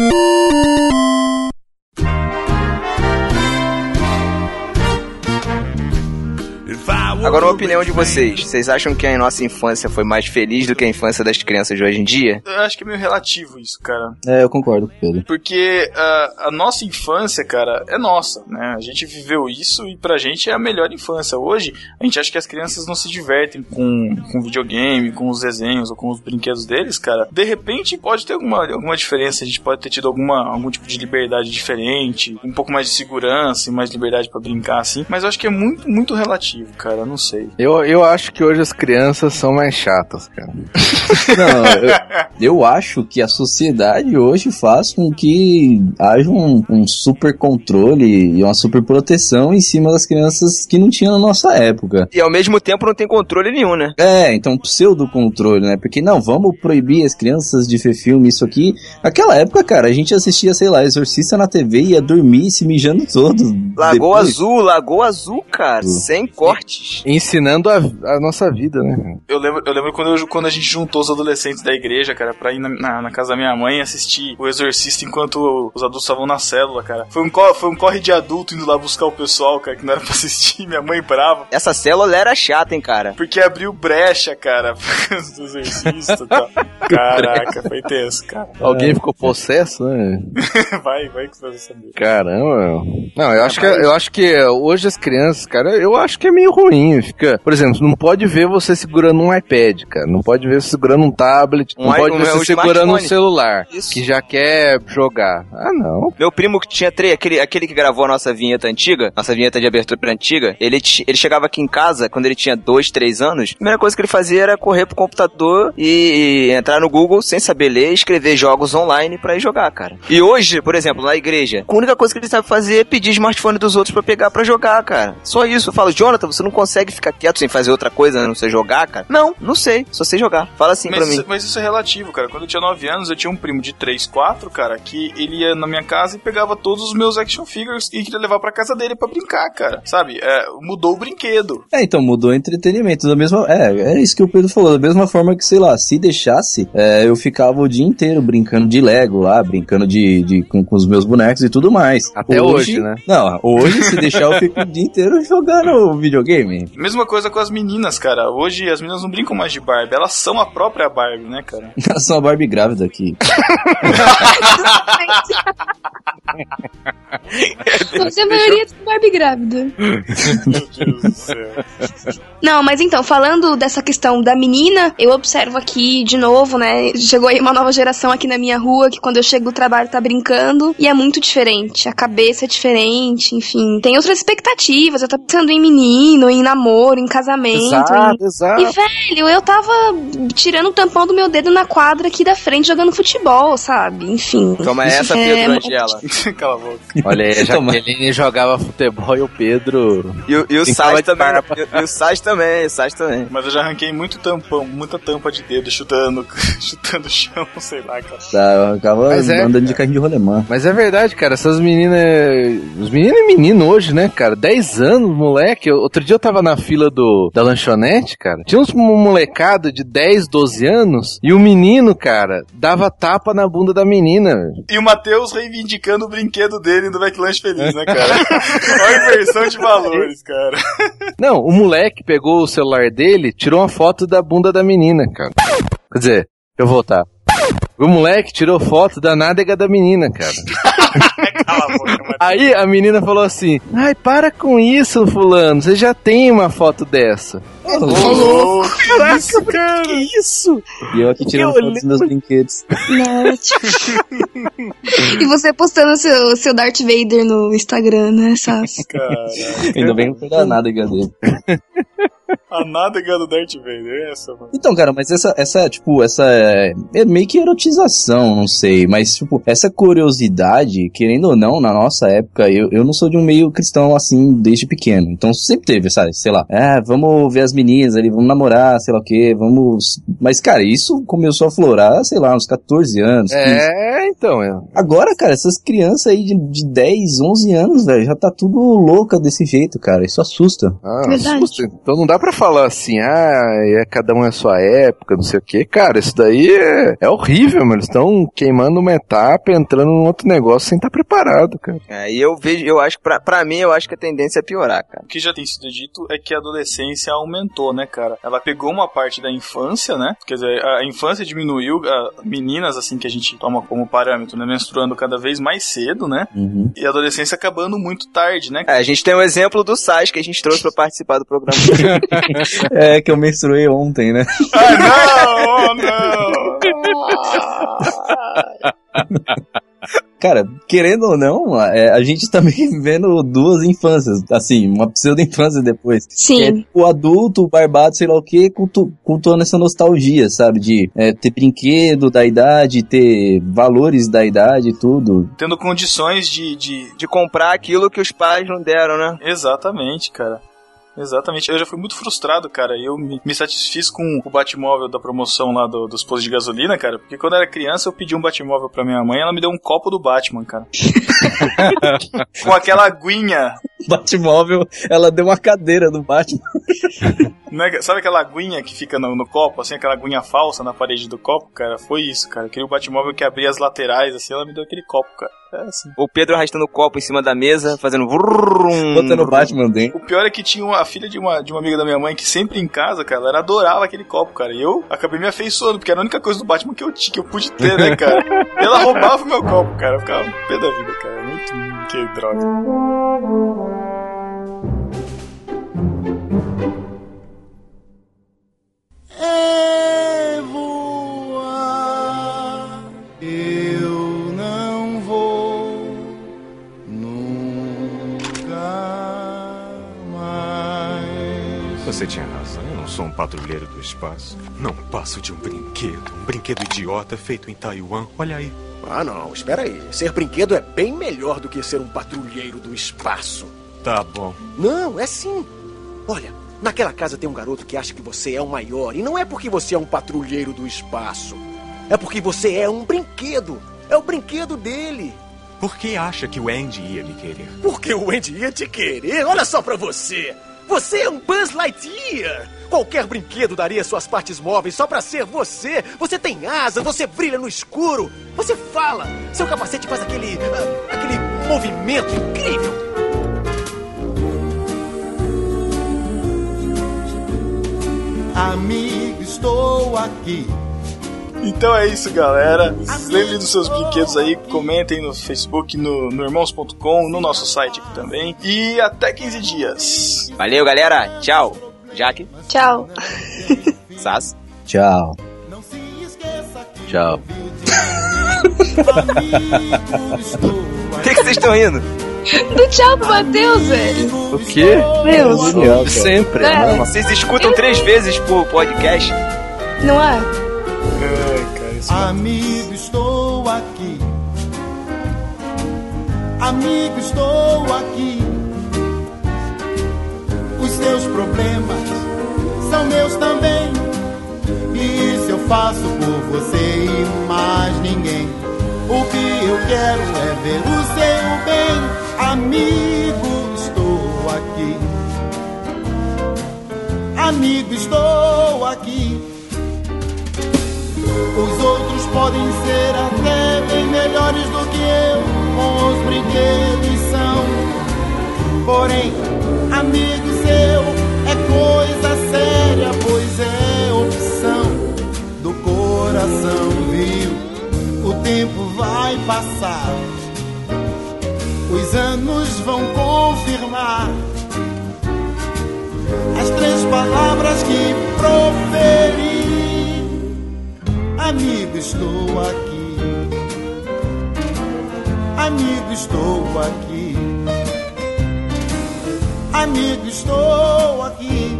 Speaker 4: Agora, a opinião de vocês. Vocês acham que a nossa infância foi mais feliz do que a infância das crianças de hoje em dia?
Speaker 1: Eu acho que é meio relativo isso, cara.
Speaker 10: É, eu concordo com o Pedro.
Speaker 1: Porque ah, a nossa infância, cara, é nossa, né? A gente viveu isso e pra gente é a melhor infância. Hoje, a gente acha que as crianças não se divertem com, com videogame, com os desenhos ou com os brinquedos deles, cara. De repente, pode ter alguma, alguma diferença. A gente pode ter tido alguma, algum tipo de liberdade diferente, um pouco mais de segurança e mais liberdade pra brincar, assim. Mas eu acho que é muito, muito relativo, cara. Eu Não sei.
Speaker 2: Eu, eu acho que hoje as crianças são mais chatas, cara.
Speaker 10: Não, eu, eu acho que a sociedade hoje faz com que haja um, um super controle e uma super proteção em cima das crianças que não tinha na nossa época.
Speaker 4: E ao mesmo tempo não tem controle nenhum, né?
Speaker 10: É, então pseudo-controle, né? Porque não, vamos proibir as crianças de ver filme, isso aqui. Aquela época, cara, a gente assistia, sei lá, Exorcista na TV e ia dormir se mijando todo.
Speaker 4: Lagoa
Speaker 10: Depois-
Speaker 4: Azul, Lagoa Azul, cara.
Speaker 10: Azul.
Speaker 4: Sem cortes.
Speaker 2: Ensinando a, a nossa vida, né?
Speaker 1: Eu lembro, eu lembro quando, eu- quando a gente juntou os adolescentes da igreja, cara, pra ir na, na- na casa da minha mãe assistir o Exorcista enquanto os adultos estavam na célula, cara. Foi um, co- foi um corre de adulto indo lá buscar o pessoal, cara, que não era pra assistir, minha mãe brava.
Speaker 4: Essa célula era chata, hein, cara.
Speaker 1: Porque abriu brecha, cara, por causa do exorcista e tal. Caraca, foi tenso, cara.
Speaker 2: Alguém ficou possesso, né?
Speaker 1: Vai, vai que você vai saber.
Speaker 4: Ah,
Speaker 2: é, Caramba. Não, eu acho que eu acho que hoje as crianças, cara, eu acho que é meio ruim bonitinho, fica. Por exemplo, não pode ver você segurando um iPad, cara. Não pode ver você segurando um tablet.
Speaker 4: Um
Speaker 2: não
Speaker 4: i-
Speaker 2: pode
Speaker 4: um-
Speaker 2: ver
Speaker 4: um
Speaker 2: você segurando um
Speaker 4: smartphone.
Speaker 2: celular.
Speaker 4: Isso.
Speaker 2: Que já quer jogar. Ah, não.
Speaker 4: Meu primo que tinha três, aquele, aquele que gravou a nossa vinheta antiga, nossa vinheta de abertura antiga, ele, ti- ele chegava aqui em casa quando ele tinha dois, três anos. A primeira coisa que ele fazia era correr pro computador e, e entrar no Google sem saber ler, escrever jogos online pra ir jogar, cara. E hoje, por exemplo, na igreja, a única coisa que ele sabe fazer é pedir smartphone dos outros pra pegar pra jogar, cara. Só isso. Eu falo, Jonathan, você não consegue ficar quieto sem fazer outra coisa, a não ser jogar, cara? Não, não sei. Só sei jogar. Fala assim
Speaker 1: mas,
Speaker 4: pra mim.
Speaker 1: isso- mas isso é relativo, cara. Quando eu tinha 9 anos, eu tinha um primo de 3, 4, cara, que ele ia na minha casa e pegava todos os meus action figures e queria levar pra casa dele pra brincar, cara. Sabe? É, mudou o brinquedo.
Speaker 10: É, então mudou o entretenimento. Da mesma, é, é isso que o Pedro falou. Da mesma forma que, sei lá, se deixasse, é, eu ficava o dia inteiro brincando de Lego lá, brincando de, de- com, com os meus bonecos e tudo mais.
Speaker 2: Até hoje, né?
Speaker 10: Não, hoje, se deixar, eu fico o dia inteiro jogando videogame.
Speaker 1: Mesma coisa com as meninas, cara. Hoje as meninas não brincam mais de Barbie, elas são a própria Barbie, né, cara?
Speaker 10: Eu sou a Barbie grávida aqui.
Speaker 3: Você a maioria tem Barbie grávida. Não, mas então, falando dessa questão da menina, eu observo aqui de novo, né? Chegou aí uma nova geração aqui na minha rua que quando eu chego do trabalho tá brincando e é muito diferente. A cabeça é diferente, enfim. Tem outras expectativas. Eu tô pensando em menino, em namoro, em casamento.
Speaker 2: Exato,
Speaker 3: em-
Speaker 2: exato.
Speaker 3: E, velho, eu tava tirando o tampão do meu dedo na quadra aqui da frente jogando futebol, sabe? Enfim.
Speaker 4: Toma essa, Pedro
Speaker 3: É,
Speaker 4: Angela.
Speaker 1: Cala a boca.
Speaker 13: Olha aí, a
Speaker 10: Toma.
Speaker 13: Jaqueline jogava futebol e o Pedro.
Speaker 4: E, o- e o
Speaker 13: Tem
Speaker 4: Sage
Speaker 13: cara de
Speaker 4: também. né?
Speaker 13: barba.
Speaker 4: E, e o Sage também, o Sage também.
Speaker 1: Mas eu já arranquei muito tampão, muita tampa de dedo, chutando, chutando o chão, sei lá, cara.
Speaker 10: Tá, eu ficava
Speaker 2: Mas é,
Speaker 10: andando de carrinho de rolemã.
Speaker 2: Mas é verdade, cara, essas meninas. Os meninos e menino hoje, né, cara? 10 anos, moleque. Eu- Outro dia eu tava na fila do, da lanchonete, cara. Tinha uns mo- molecada de 10, 12 anos. E o menino, cara, dava tapa na bunda da menina. velho.
Speaker 1: E o Matheus reivindicando o brinquedo dele do McLanche Feliz, né, cara? Olha a inversão de valores, cara.
Speaker 2: Não, o moleque pegou o celular dele, tirou uma foto da bunda da menina, cara. Quer dizer, deixa eu voltar. O moleque tirou foto da nádega da menina, cara.
Speaker 1: Cala a boca, Matheus.
Speaker 2: Aí a menina falou assim: Ai, para com isso, Fulano. Você já tem uma foto dessa.
Speaker 1: Falou!
Speaker 2: Caraca, cara. que isso?
Speaker 10: E eu aqui tirando
Speaker 2: Eu
Speaker 10: foto dos meus brinquedos.
Speaker 3: Não, tipo- e você postando seu, seu Darth Vader no Instagram, né, Saf?
Speaker 1: Cara,
Speaker 10: Ainda bem que não foi danado, HD.
Speaker 1: Ah, a nádega do Darth Vader, é essa, mano.
Speaker 10: Então, cara, mas essa, essa tipo, essa. É é meio que erotização, não sei. Mas, tipo, essa curiosidade, querendo ou não, na nossa época, eu, eu não sou de um meio cristão assim desde pequeno. Então sempre teve, sabe? Sei lá, ah, vamos ver as meninas ali, vamos namorar, sei lá o quê, vamos. Mas, cara, isso começou a florar, sei lá, uns 14 anos. 15.
Speaker 2: É, então. é.
Speaker 10: Agora, cara, essas crianças aí de, de 10, 11 anos, velho, já tá tudo louca desse jeito, cara. Isso assusta.
Speaker 2: Ah,
Speaker 3: Verdade.
Speaker 2: assusta. Então não dá pra falar assim, ah, é, cada um é a sua época, não sei o quê. Cara, isso daí é, é horrível, mano. Eles estão queimando uma etapa, entrando num outro negócio sem estar preparado, cara.
Speaker 4: É, e eu vejo, eu acho que pra, pra mim, eu acho que a tendência é piorar, cara.
Speaker 1: O que já tem sido dito é que a adolescência aumentou, né, cara? Ela pegou uma parte da infância, né? Quer dizer, a infância diminuiu, a- meninas, assim, que a gente toma como parâmetro, né? Menstruando cada vez mais cedo, né?
Speaker 10: Uhum.
Speaker 1: E a adolescência acabando muito tarde, né?
Speaker 4: É, a gente tem um exemplo do Sage que a gente trouxe pra participar do programa.
Speaker 10: É que eu menstruei ontem, né?
Speaker 1: Ah, não! Oh, não!
Speaker 10: Cara, querendo ou não, é, a gente tá meio que vivendo duas infâncias, assim, uma pseudo-infância depois. É,
Speaker 3: Sim.
Speaker 10: tipo, o adulto, o barbado, sei lá o que, cultuando essa nostalgia, sabe? De é, ter brinquedo da idade, ter valores da idade e tudo.
Speaker 1: Tendo condições de- de,
Speaker 4: De comprar aquilo que os pais não deram, né?
Speaker 1: Exatamente, cara. Exatamente. Eu já fui muito frustrado, cara. Eu me, me satisfiz com o Batmóvel da promoção lá do- dos postos de gasolina, cara. Porque quando eu era criança, eu pedi um Batmóvel pra minha mãe ela me deu um copo do Batman, cara. com aquela aguinha.
Speaker 10: Batmóvel, ela deu uma cadeira no Batman.
Speaker 1: né? Sabe aquela aguinha que fica no, no copo, assim, aquela aguinha falsa na parede do copo, cara? Foi isso, cara. Eu queria o Batmóvel que abria as laterais, assim, ela me deu aquele copo, cara. É assim.
Speaker 4: O Pedro arrastando o copo em cima da mesa, fazendo. vrrrrum.
Speaker 10: Botando o Batman dentro.
Speaker 1: O pior é que tinha uma a filha de uma, de uma amiga da minha mãe que sempre em casa, cara, ela adorava aquele copo, cara. E eu acabei me afeiçoando, porque era a única coisa do Batman que eu tinha, que eu pude ter, né, cara? E ela roubava o meu copo, cara. Eu ficava pé da vida, cara. Muito. Que droga.
Speaker 7: Você tinha razão, eu não sou um patrulheiro do espaço. Não passo de um brinquedo. Um brinquedo idiota feito em Taiwan. Olha aí.
Speaker 8: Ah, não, espera aí. Ser brinquedo é bem melhor do que ser um patrulheiro do espaço.
Speaker 7: Tá bom.
Speaker 8: Não, é sim. Olha, naquela casa tem um garoto que acha que você é o maior. E não é porque você é um patrulheiro do espaço. É porque você é um brinquedo. É o brinquedo dele.
Speaker 7: Por que acha que o Andy ia me querer?
Speaker 8: Porque o Andy ia te querer. Olha só pra você. Você é um Buzz Lightyear. Qualquer brinquedo daria suas partes móveis só pra ser você. Você tem asas, você brilha no escuro. Você fala. Seu capacete faz aquele... ah, aquele movimento incrível.
Speaker 1: Amigo, estou aqui. Então é isso, galera. Lembrem dos seus brinquedos aí, comentem no Facebook, no, no irmãos.com, no nosso site aqui também. E até 15 dias.
Speaker 4: Valeu, galera. Tchau. Jaque.
Speaker 3: Tchau.
Speaker 4: Sas.
Speaker 10: Tchau.
Speaker 2: Tchau.
Speaker 4: O que que vocês estão rindo?
Speaker 3: Do tchau pro Matheus, velho.
Speaker 2: O quê?
Speaker 3: Meu
Speaker 2: Genial, Sempre.
Speaker 3: É.
Speaker 2: né?
Speaker 4: Vocês escutam três vezes por podcast.
Speaker 3: Não é?
Speaker 13: Amigo, estou aqui. Amigo, estou aqui. Os seus problemas são meus também. E isso eu faço por você e mais ninguém. O que eu quero é ver o seu bem. Amigo, estou aqui. Amigo, estou aqui. Os outros podem ser até bem melhores do que eu, com os brinquedos são. Porém, amigo seu é coisa séria, pois é opção do coração, viu? O tempo vai passar, os anos vão confirmar as três palavras que proferi. Amigo, estou aqui. Amigo, estou aqui. Amigo, estou aqui.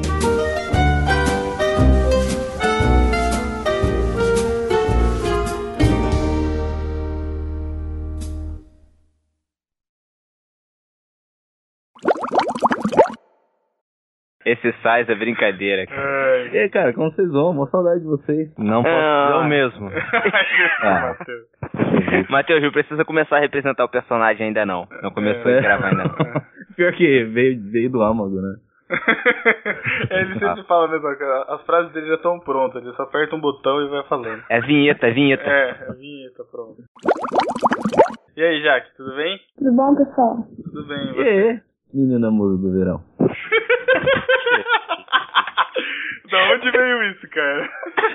Speaker 4: Esse Sas é brincadeira. cara.
Speaker 10: E aí, cara, como vocês vão? Mó saudade de vocês. Não
Speaker 4: posso dizer o
Speaker 10: mesmo. Ah.
Speaker 4: Matheus, não precisa começar a representar o personagem ainda não. Não começou a gravar ainda não.
Speaker 10: É. Pior que veio, veio do âmago, né?
Speaker 1: Ele sempre fala a mesma coisa. As frases dele já estão prontas. Ele só aperta um botão e vai falando.
Speaker 4: É vinheta, é vinheta.
Speaker 1: É, a vinheta pronta. E aí, Jaque, tudo bem?
Speaker 3: Tudo bom, pessoal?
Speaker 1: Tudo bem.
Speaker 10: E aí, menina musa do verão?
Speaker 1: Da onde veio isso, cara?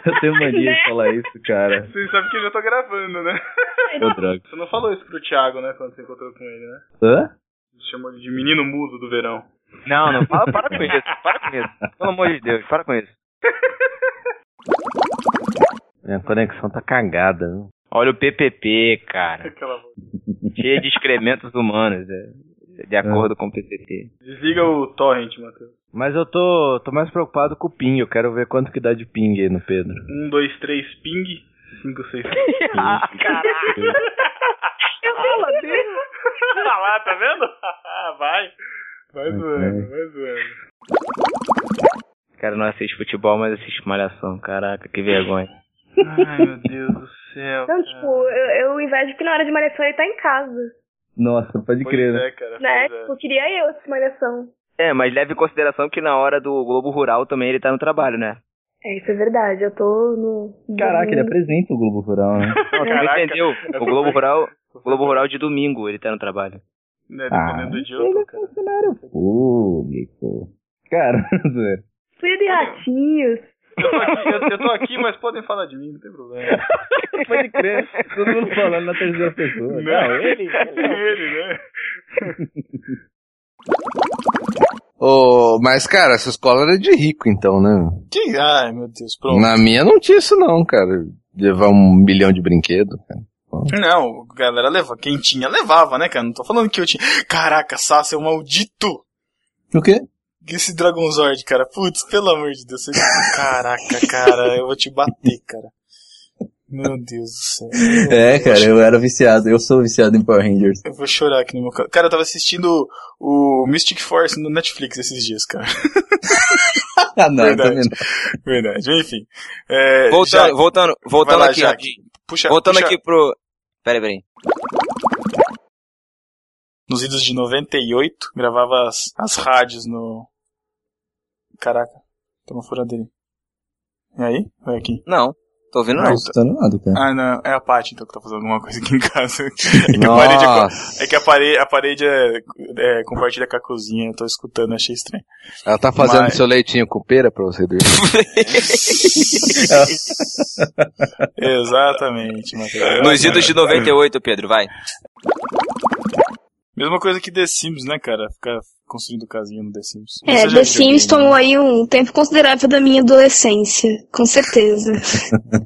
Speaker 10: Eu tenho mania de falar isso, cara.
Speaker 1: Vocês sabem que eu já tô gravando, né?
Speaker 10: Ô, droga.
Speaker 1: Você não falou isso pro Thiago, né? Quando você encontrou com ele, né?
Speaker 10: Hã?
Speaker 1: Você chamou ele de menino muso do verão.
Speaker 4: Não, não, para, para com isso, para com isso. Pelo amor de Deus, para com isso.
Speaker 10: Minha conexão tá cagada. viu?
Speaker 4: Olha o PPP, cara.
Speaker 1: Aquela voz.
Speaker 4: Cheio de excrementos humanos, é, de acordo com o PPP.
Speaker 1: Desliga o torrent, Matheus.
Speaker 10: Mas eu tô, tô mais preocupado com o ping. Eu quero ver quanto que dá de ping aí no Pedro.
Speaker 1: Um, dois, três, ping. Cinco, seis.
Speaker 4: Ah, caraca.
Speaker 3: Eu falo dele.
Speaker 1: Tá lá, tá vendo? vai. Vai zoando, vai zoando.
Speaker 4: Cara, não assiste futebol, mas assiste malhação. Caraca, que vergonha.
Speaker 1: Ai, meu Deus do céu.
Speaker 3: Não, tipo, eu, eu invejo que na hora de malhação ele tá em casa.
Speaker 10: Nossa, pode
Speaker 1: Pois
Speaker 10: crer, né?
Speaker 1: é, cara.
Speaker 3: Né?
Speaker 1: pois é.
Speaker 3: Tipo, queria eu essa malhação.
Speaker 4: É, mas leve em consideração que na hora do Globo Rural também ele tá no trabalho, né?
Speaker 3: É, isso é verdade. Eu tô no. É.
Speaker 10: Caraca, ele apresenta o Globo Rural, né?
Speaker 4: Não, tu não
Speaker 1: Caraca.
Speaker 4: entendeu. O Globo Rural, o Globo Rural de domingo ele tá no trabalho.
Speaker 1: Né,
Speaker 10: Ah,
Speaker 4: é
Speaker 1: dependendo do idiota, cara.
Speaker 10: é funcionário público. Cara, zoeira.
Speaker 3: Fui de ratinhos.
Speaker 1: Eu tô, aqui, eu, eu tô aqui, mas podem falar de mim, não tem problema.
Speaker 10: pode crer. Tá Todo mundo falando na terceira pessoa. Não, ele.
Speaker 1: Ele, né?
Speaker 2: Ô, mas, cara, essa escola era de rico, então, né?
Speaker 1: Quem? Ai, meu Deus, pronto.
Speaker 2: Na minha não tinha isso, não, cara. Levar um bilhão de brinquedo, cara.
Speaker 4: Hum.
Speaker 1: Não, a galera leva. Quem tinha, levava, né, cara? Não tô falando que eu tinha. Caraca, Sá, seu maldito!
Speaker 10: O quê?
Speaker 1: esse Dragonzord, cara. Putz, pelo amor de Deus. você- tá- Caraca, cara, eu vou te bater, cara. Meu Deus do céu.
Speaker 10: É, cara, eu era viciado. Eu sou viciado em Power Rangers.
Speaker 1: Eu vou chorar aqui no meu canto. Cara, eu tava assistindo o Mystic Force no Netflix esses dias, cara.
Speaker 10: Ah, não,
Speaker 1: Verdade.
Speaker 10: também
Speaker 1: Verdade, enfim. É,
Speaker 4: Voltando,
Speaker 1: Jaque.
Speaker 4: voltando, voltando
Speaker 1: Vai lá,
Speaker 4: aqui,
Speaker 1: Jaque.
Speaker 4: rapidinho.
Speaker 1: Puxa,
Speaker 4: voltando
Speaker 1: puxa.
Speaker 4: aqui pro. Peraí, peraí.
Speaker 1: Nos idos de 98, gravava as, as rádios no. Caraca, tem uma furadeira. E aí? Vai aqui.
Speaker 4: Não, tô ouvindo
Speaker 10: não. Não, tô escutando nada, cara.
Speaker 1: Ah, não, é a Paty então que tá fazendo alguma coisa aqui em casa. É que, a parede, é co-
Speaker 2: Nossa.
Speaker 1: é, que a parede, a parede é, é, compartilha com a cozinha, eu tô escutando, achei estranho.
Speaker 2: Ela tá fazendo
Speaker 1: Mas-
Speaker 2: seu leitinho com pera pra você dormir.
Speaker 1: Exatamente, Matheus.
Speaker 4: Nos idos de 98, Pedro, vai.
Speaker 1: Mesma coisa que The Sims, né, cara? Ficar construindo casinha no The Sims.
Speaker 3: É,
Speaker 1: Isso já
Speaker 3: The
Speaker 1: é
Speaker 3: Sims tomou aí um tempo considerável da minha adolescência, com certeza.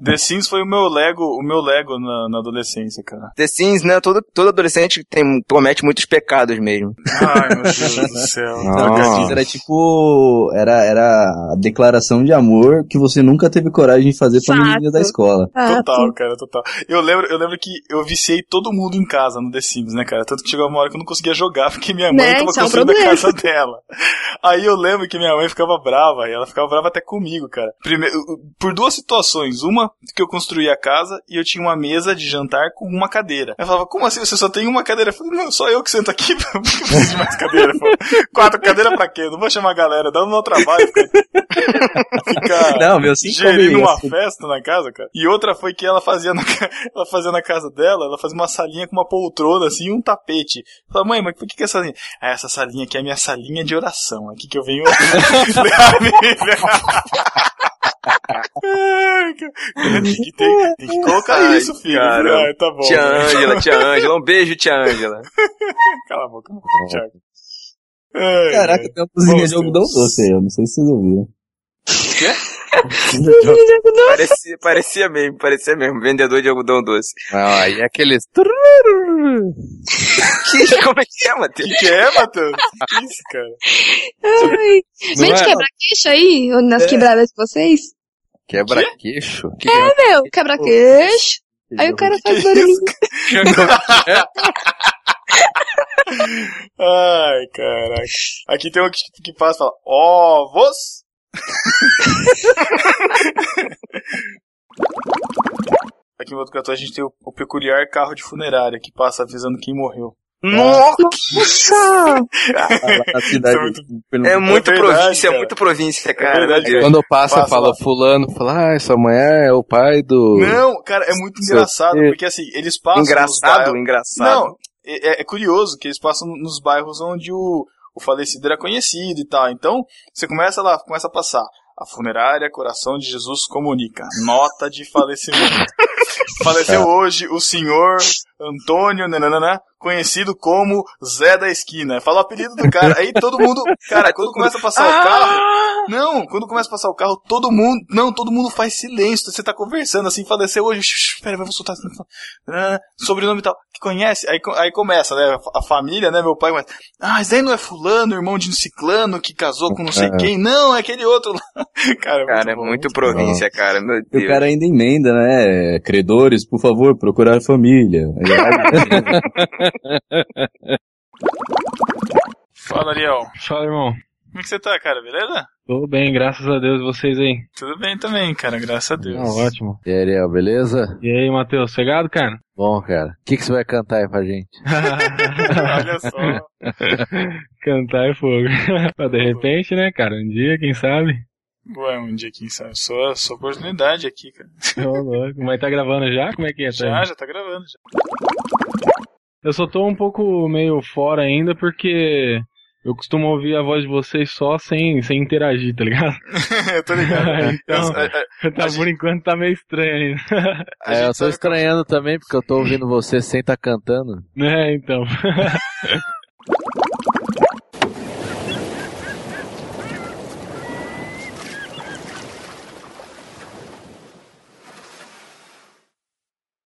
Speaker 1: The Sims foi o meu Lego, o meu Lego na, na adolescência, cara.
Speaker 4: The Sims, né? Todo, todo adolescente tem, comete muitos pecados mesmo.
Speaker 1: Ai, meu Deus do céu.
Speaker 10: Não, cara, isso era tipo. Era, era a declaração de amor que você nunca teve coragem de fazer pra menina da escola.
Speaker 3: Ah,
Speaker 1: Total, cara, total. Eu lembro, eu lembro que eu viciei todo mundo em casa no The Sims, né, cara? Tanto que chegou uma hora que eu não conseguia jogar, porque minha mãe
Speaker 3: Né,
Speaker 1: tava
Speaker 3: isso é um
Speaker 1: construindo a
Speaker 3: problema.
Speaker 1: casa dela. Aí eu lembro que minha mãe ficava brava, e ela ficava brava até comigo, cara. Primeiro, por duas situações. Uma, que eu construí a casa e eu tinha uma mesa de jantar com uma cadeira. Ela falava, como assim? Você só tem uma cadeira? Eu falei, não, só eu que sento aqui, por que eu preciso de mais cadeira? Pô? Quatro cadeiras pra quê? Não vou chamar a galera, dá no meu trabalho, fica ficar
Speaker 10: Não, meu, sim,
Speaker 1: gerindo
Speaker 10: comigo,
Speaker 1: uma
Speaker 10: assim.
Speaker 1: festa na casa, cara. E outra foi que ela fazia, na, ca- ela fazia na casa dela, ela fazia uma salinha com uma poltrona, assim, e um tapete. Eu Falei, mãe, mas por que que é essa salinha? Ah, essa salinha aqui é a minha salinha de oração, aqui que eu venho orar a Bíblia. Ai, cara. tem, que, tem, tem que colocar
Speaker 4: Ai,
Speaker 1: isso, filho.
Speaker 4: cara.
Speaker 1: Ah, tá bom.
Speaker 4: Tia Ângela, tia Ângela. Um beijo, tia Ângela.
Speaker 1: Cala a boca, Thiago. Ai,
Speaker 10: Caraca,
Speaker 1: ai.
Speaker 10: tem uma cozinha de algodão doce aí, eu não sei se vocês ouviram.
Speaker 4: Parecia, parecia mesmo, parecia mesmo. Vendedor de algodão doce.
Speaker 2: Não, aí é aqueles.
Speaker 4: Que- Como é que é, Matheus?
Speaker 1: Que que é, Matheus? Que que é isso, cara?
Speaker 3: Ai.
Speaker 2: Não
Speaker 3: Vem de
Speaker 2: é?
Speaker 3: quebra-queixo aí, ou nas
Speaker 2: É.
Speaker 3: quebradas de vocês?
Speaker 2: Quebra-queixo? Que
Speaker 3: É,
Speaker 2: Tipo,
Speaker 3: meu, quebra-queixo. Aí o cara
Speaker 2: é
Speaker 3: faz barulhinho.
Speaker 1: Ai, caraca. Aqui tem um que, que passa e fala, ovos. Aqui em Botucatu a gente tem o, o peculiar carro de funerária que passa avisando quem morreu.
Speaker 3: Nossa!
Speaker 10: A cidade.
Speaker 4: É muito
Speaker 1: É verdade,
Speaker 4: província,
Speaker 1: cara.
Speaker 4: é muito província,
Speaker 1: É
Speaker 4: cara.
Speaker 1: verdade,
Speaker 2: Quando passa,
Speaker 1: Passa
Speaker 2: fala
Speaker 1: lá.
Speaker 2: fulano, fala, ah, sua mulher é o pai do.
Speaker 1: Não, cara, é muito
Speaker 2: Seu-
Speaker 1: engraçado, porque assim, eles passam. nos
Speaker 4: Engraçado,
Speaker 1: bairros-
Speaker 4: engraçado.
Speaker 1: Não, é, é curioso que eles passam nos bairros onde o, o falecido era conhecido e tal. Então, você começa lá, começa a passar. A funerária Coração de Jesus comunica. Nota de falecimento. Faleceu hoje o senhor Antônio, nananana, conhecido como Zé da Esquina. Fala o apelido do cara. Aí todo mundo. Cara, quando começa a passar o carro. Não, quando começa a passar o carro, todo mundo. Não, todo mundo faz silêncio. Você tá conversando assim, faleceu hoje. shh, shh, Pera, eu vou soltar. Ah, sobrenome tal, que conhece, aí, co- aí começa, né, a família, né, meu pai começa, ah, mas daí não é fulano, irmão de um ciclano que casou com não sei
Speaker 10: É.
Speaker 1: quem, não, é aquele outro lá. Cara, é
Speaker 4: Cara, é
Speaker 1: muito bom.
Speaker 4: muito província, cara. Meu
Speaker 10: E o
Speaker 4: Deus.
Speaker 10: cara ainda emenda, né? Credores, por favor, procurar família.
Speaker 1: Fala, Ariel,
Speaker 6: Fala, irmão.
Speaker 1: como que você tá, cara, beleza?
Speaker 6: Tô bem, graças a Deus, vocês aí.
Speaker 1: Tudo bem também, cara, graças a Deus.
Speaker 6: Não, Tá ótimo.
Speaker 2: E aí, Ariel, beleza?
Speaker 6: E aí, Matheus, cegado, cara?
Speaker 2: Bom, cara. O que, que você vai cantar aí pra gente?
Speaker 1: Olha só,
Speaker 6: Cantar é fogo. Mas de repente, né, cara? Um dia, quem sabe?
Speaker 1: ué, um dia aqui, sabe, sua, sua oportunidade aqui, cara.
Speaker 6: Ô, louco. Mas tá gravando já? Como é que é? tá
Speaker 1: Já, já tá gravando, já.
Speaker 6: Eu só tô um pouco meio fora ainda porque eu costumo ouvir a voz de vocês só sem, sem interagir, tá ligado?
Speaker 1: eu tô ligado. é,
Speaker 6: Então,
Speaker 1: Eu- a- a-
Speaker 6: tá,
Speaker 1: gente-
Speaker 6: por enquanto tá meio estranho ainda.
Speaker 1: a
Speaker 2: É,
Speaker 1: gente
Speaker 2: eu tô
Speaker 1: sabe-
Speaker 2: estranhando também, porque eu tô ouvindo você sem tá cantando.
Speaker 6: né, então.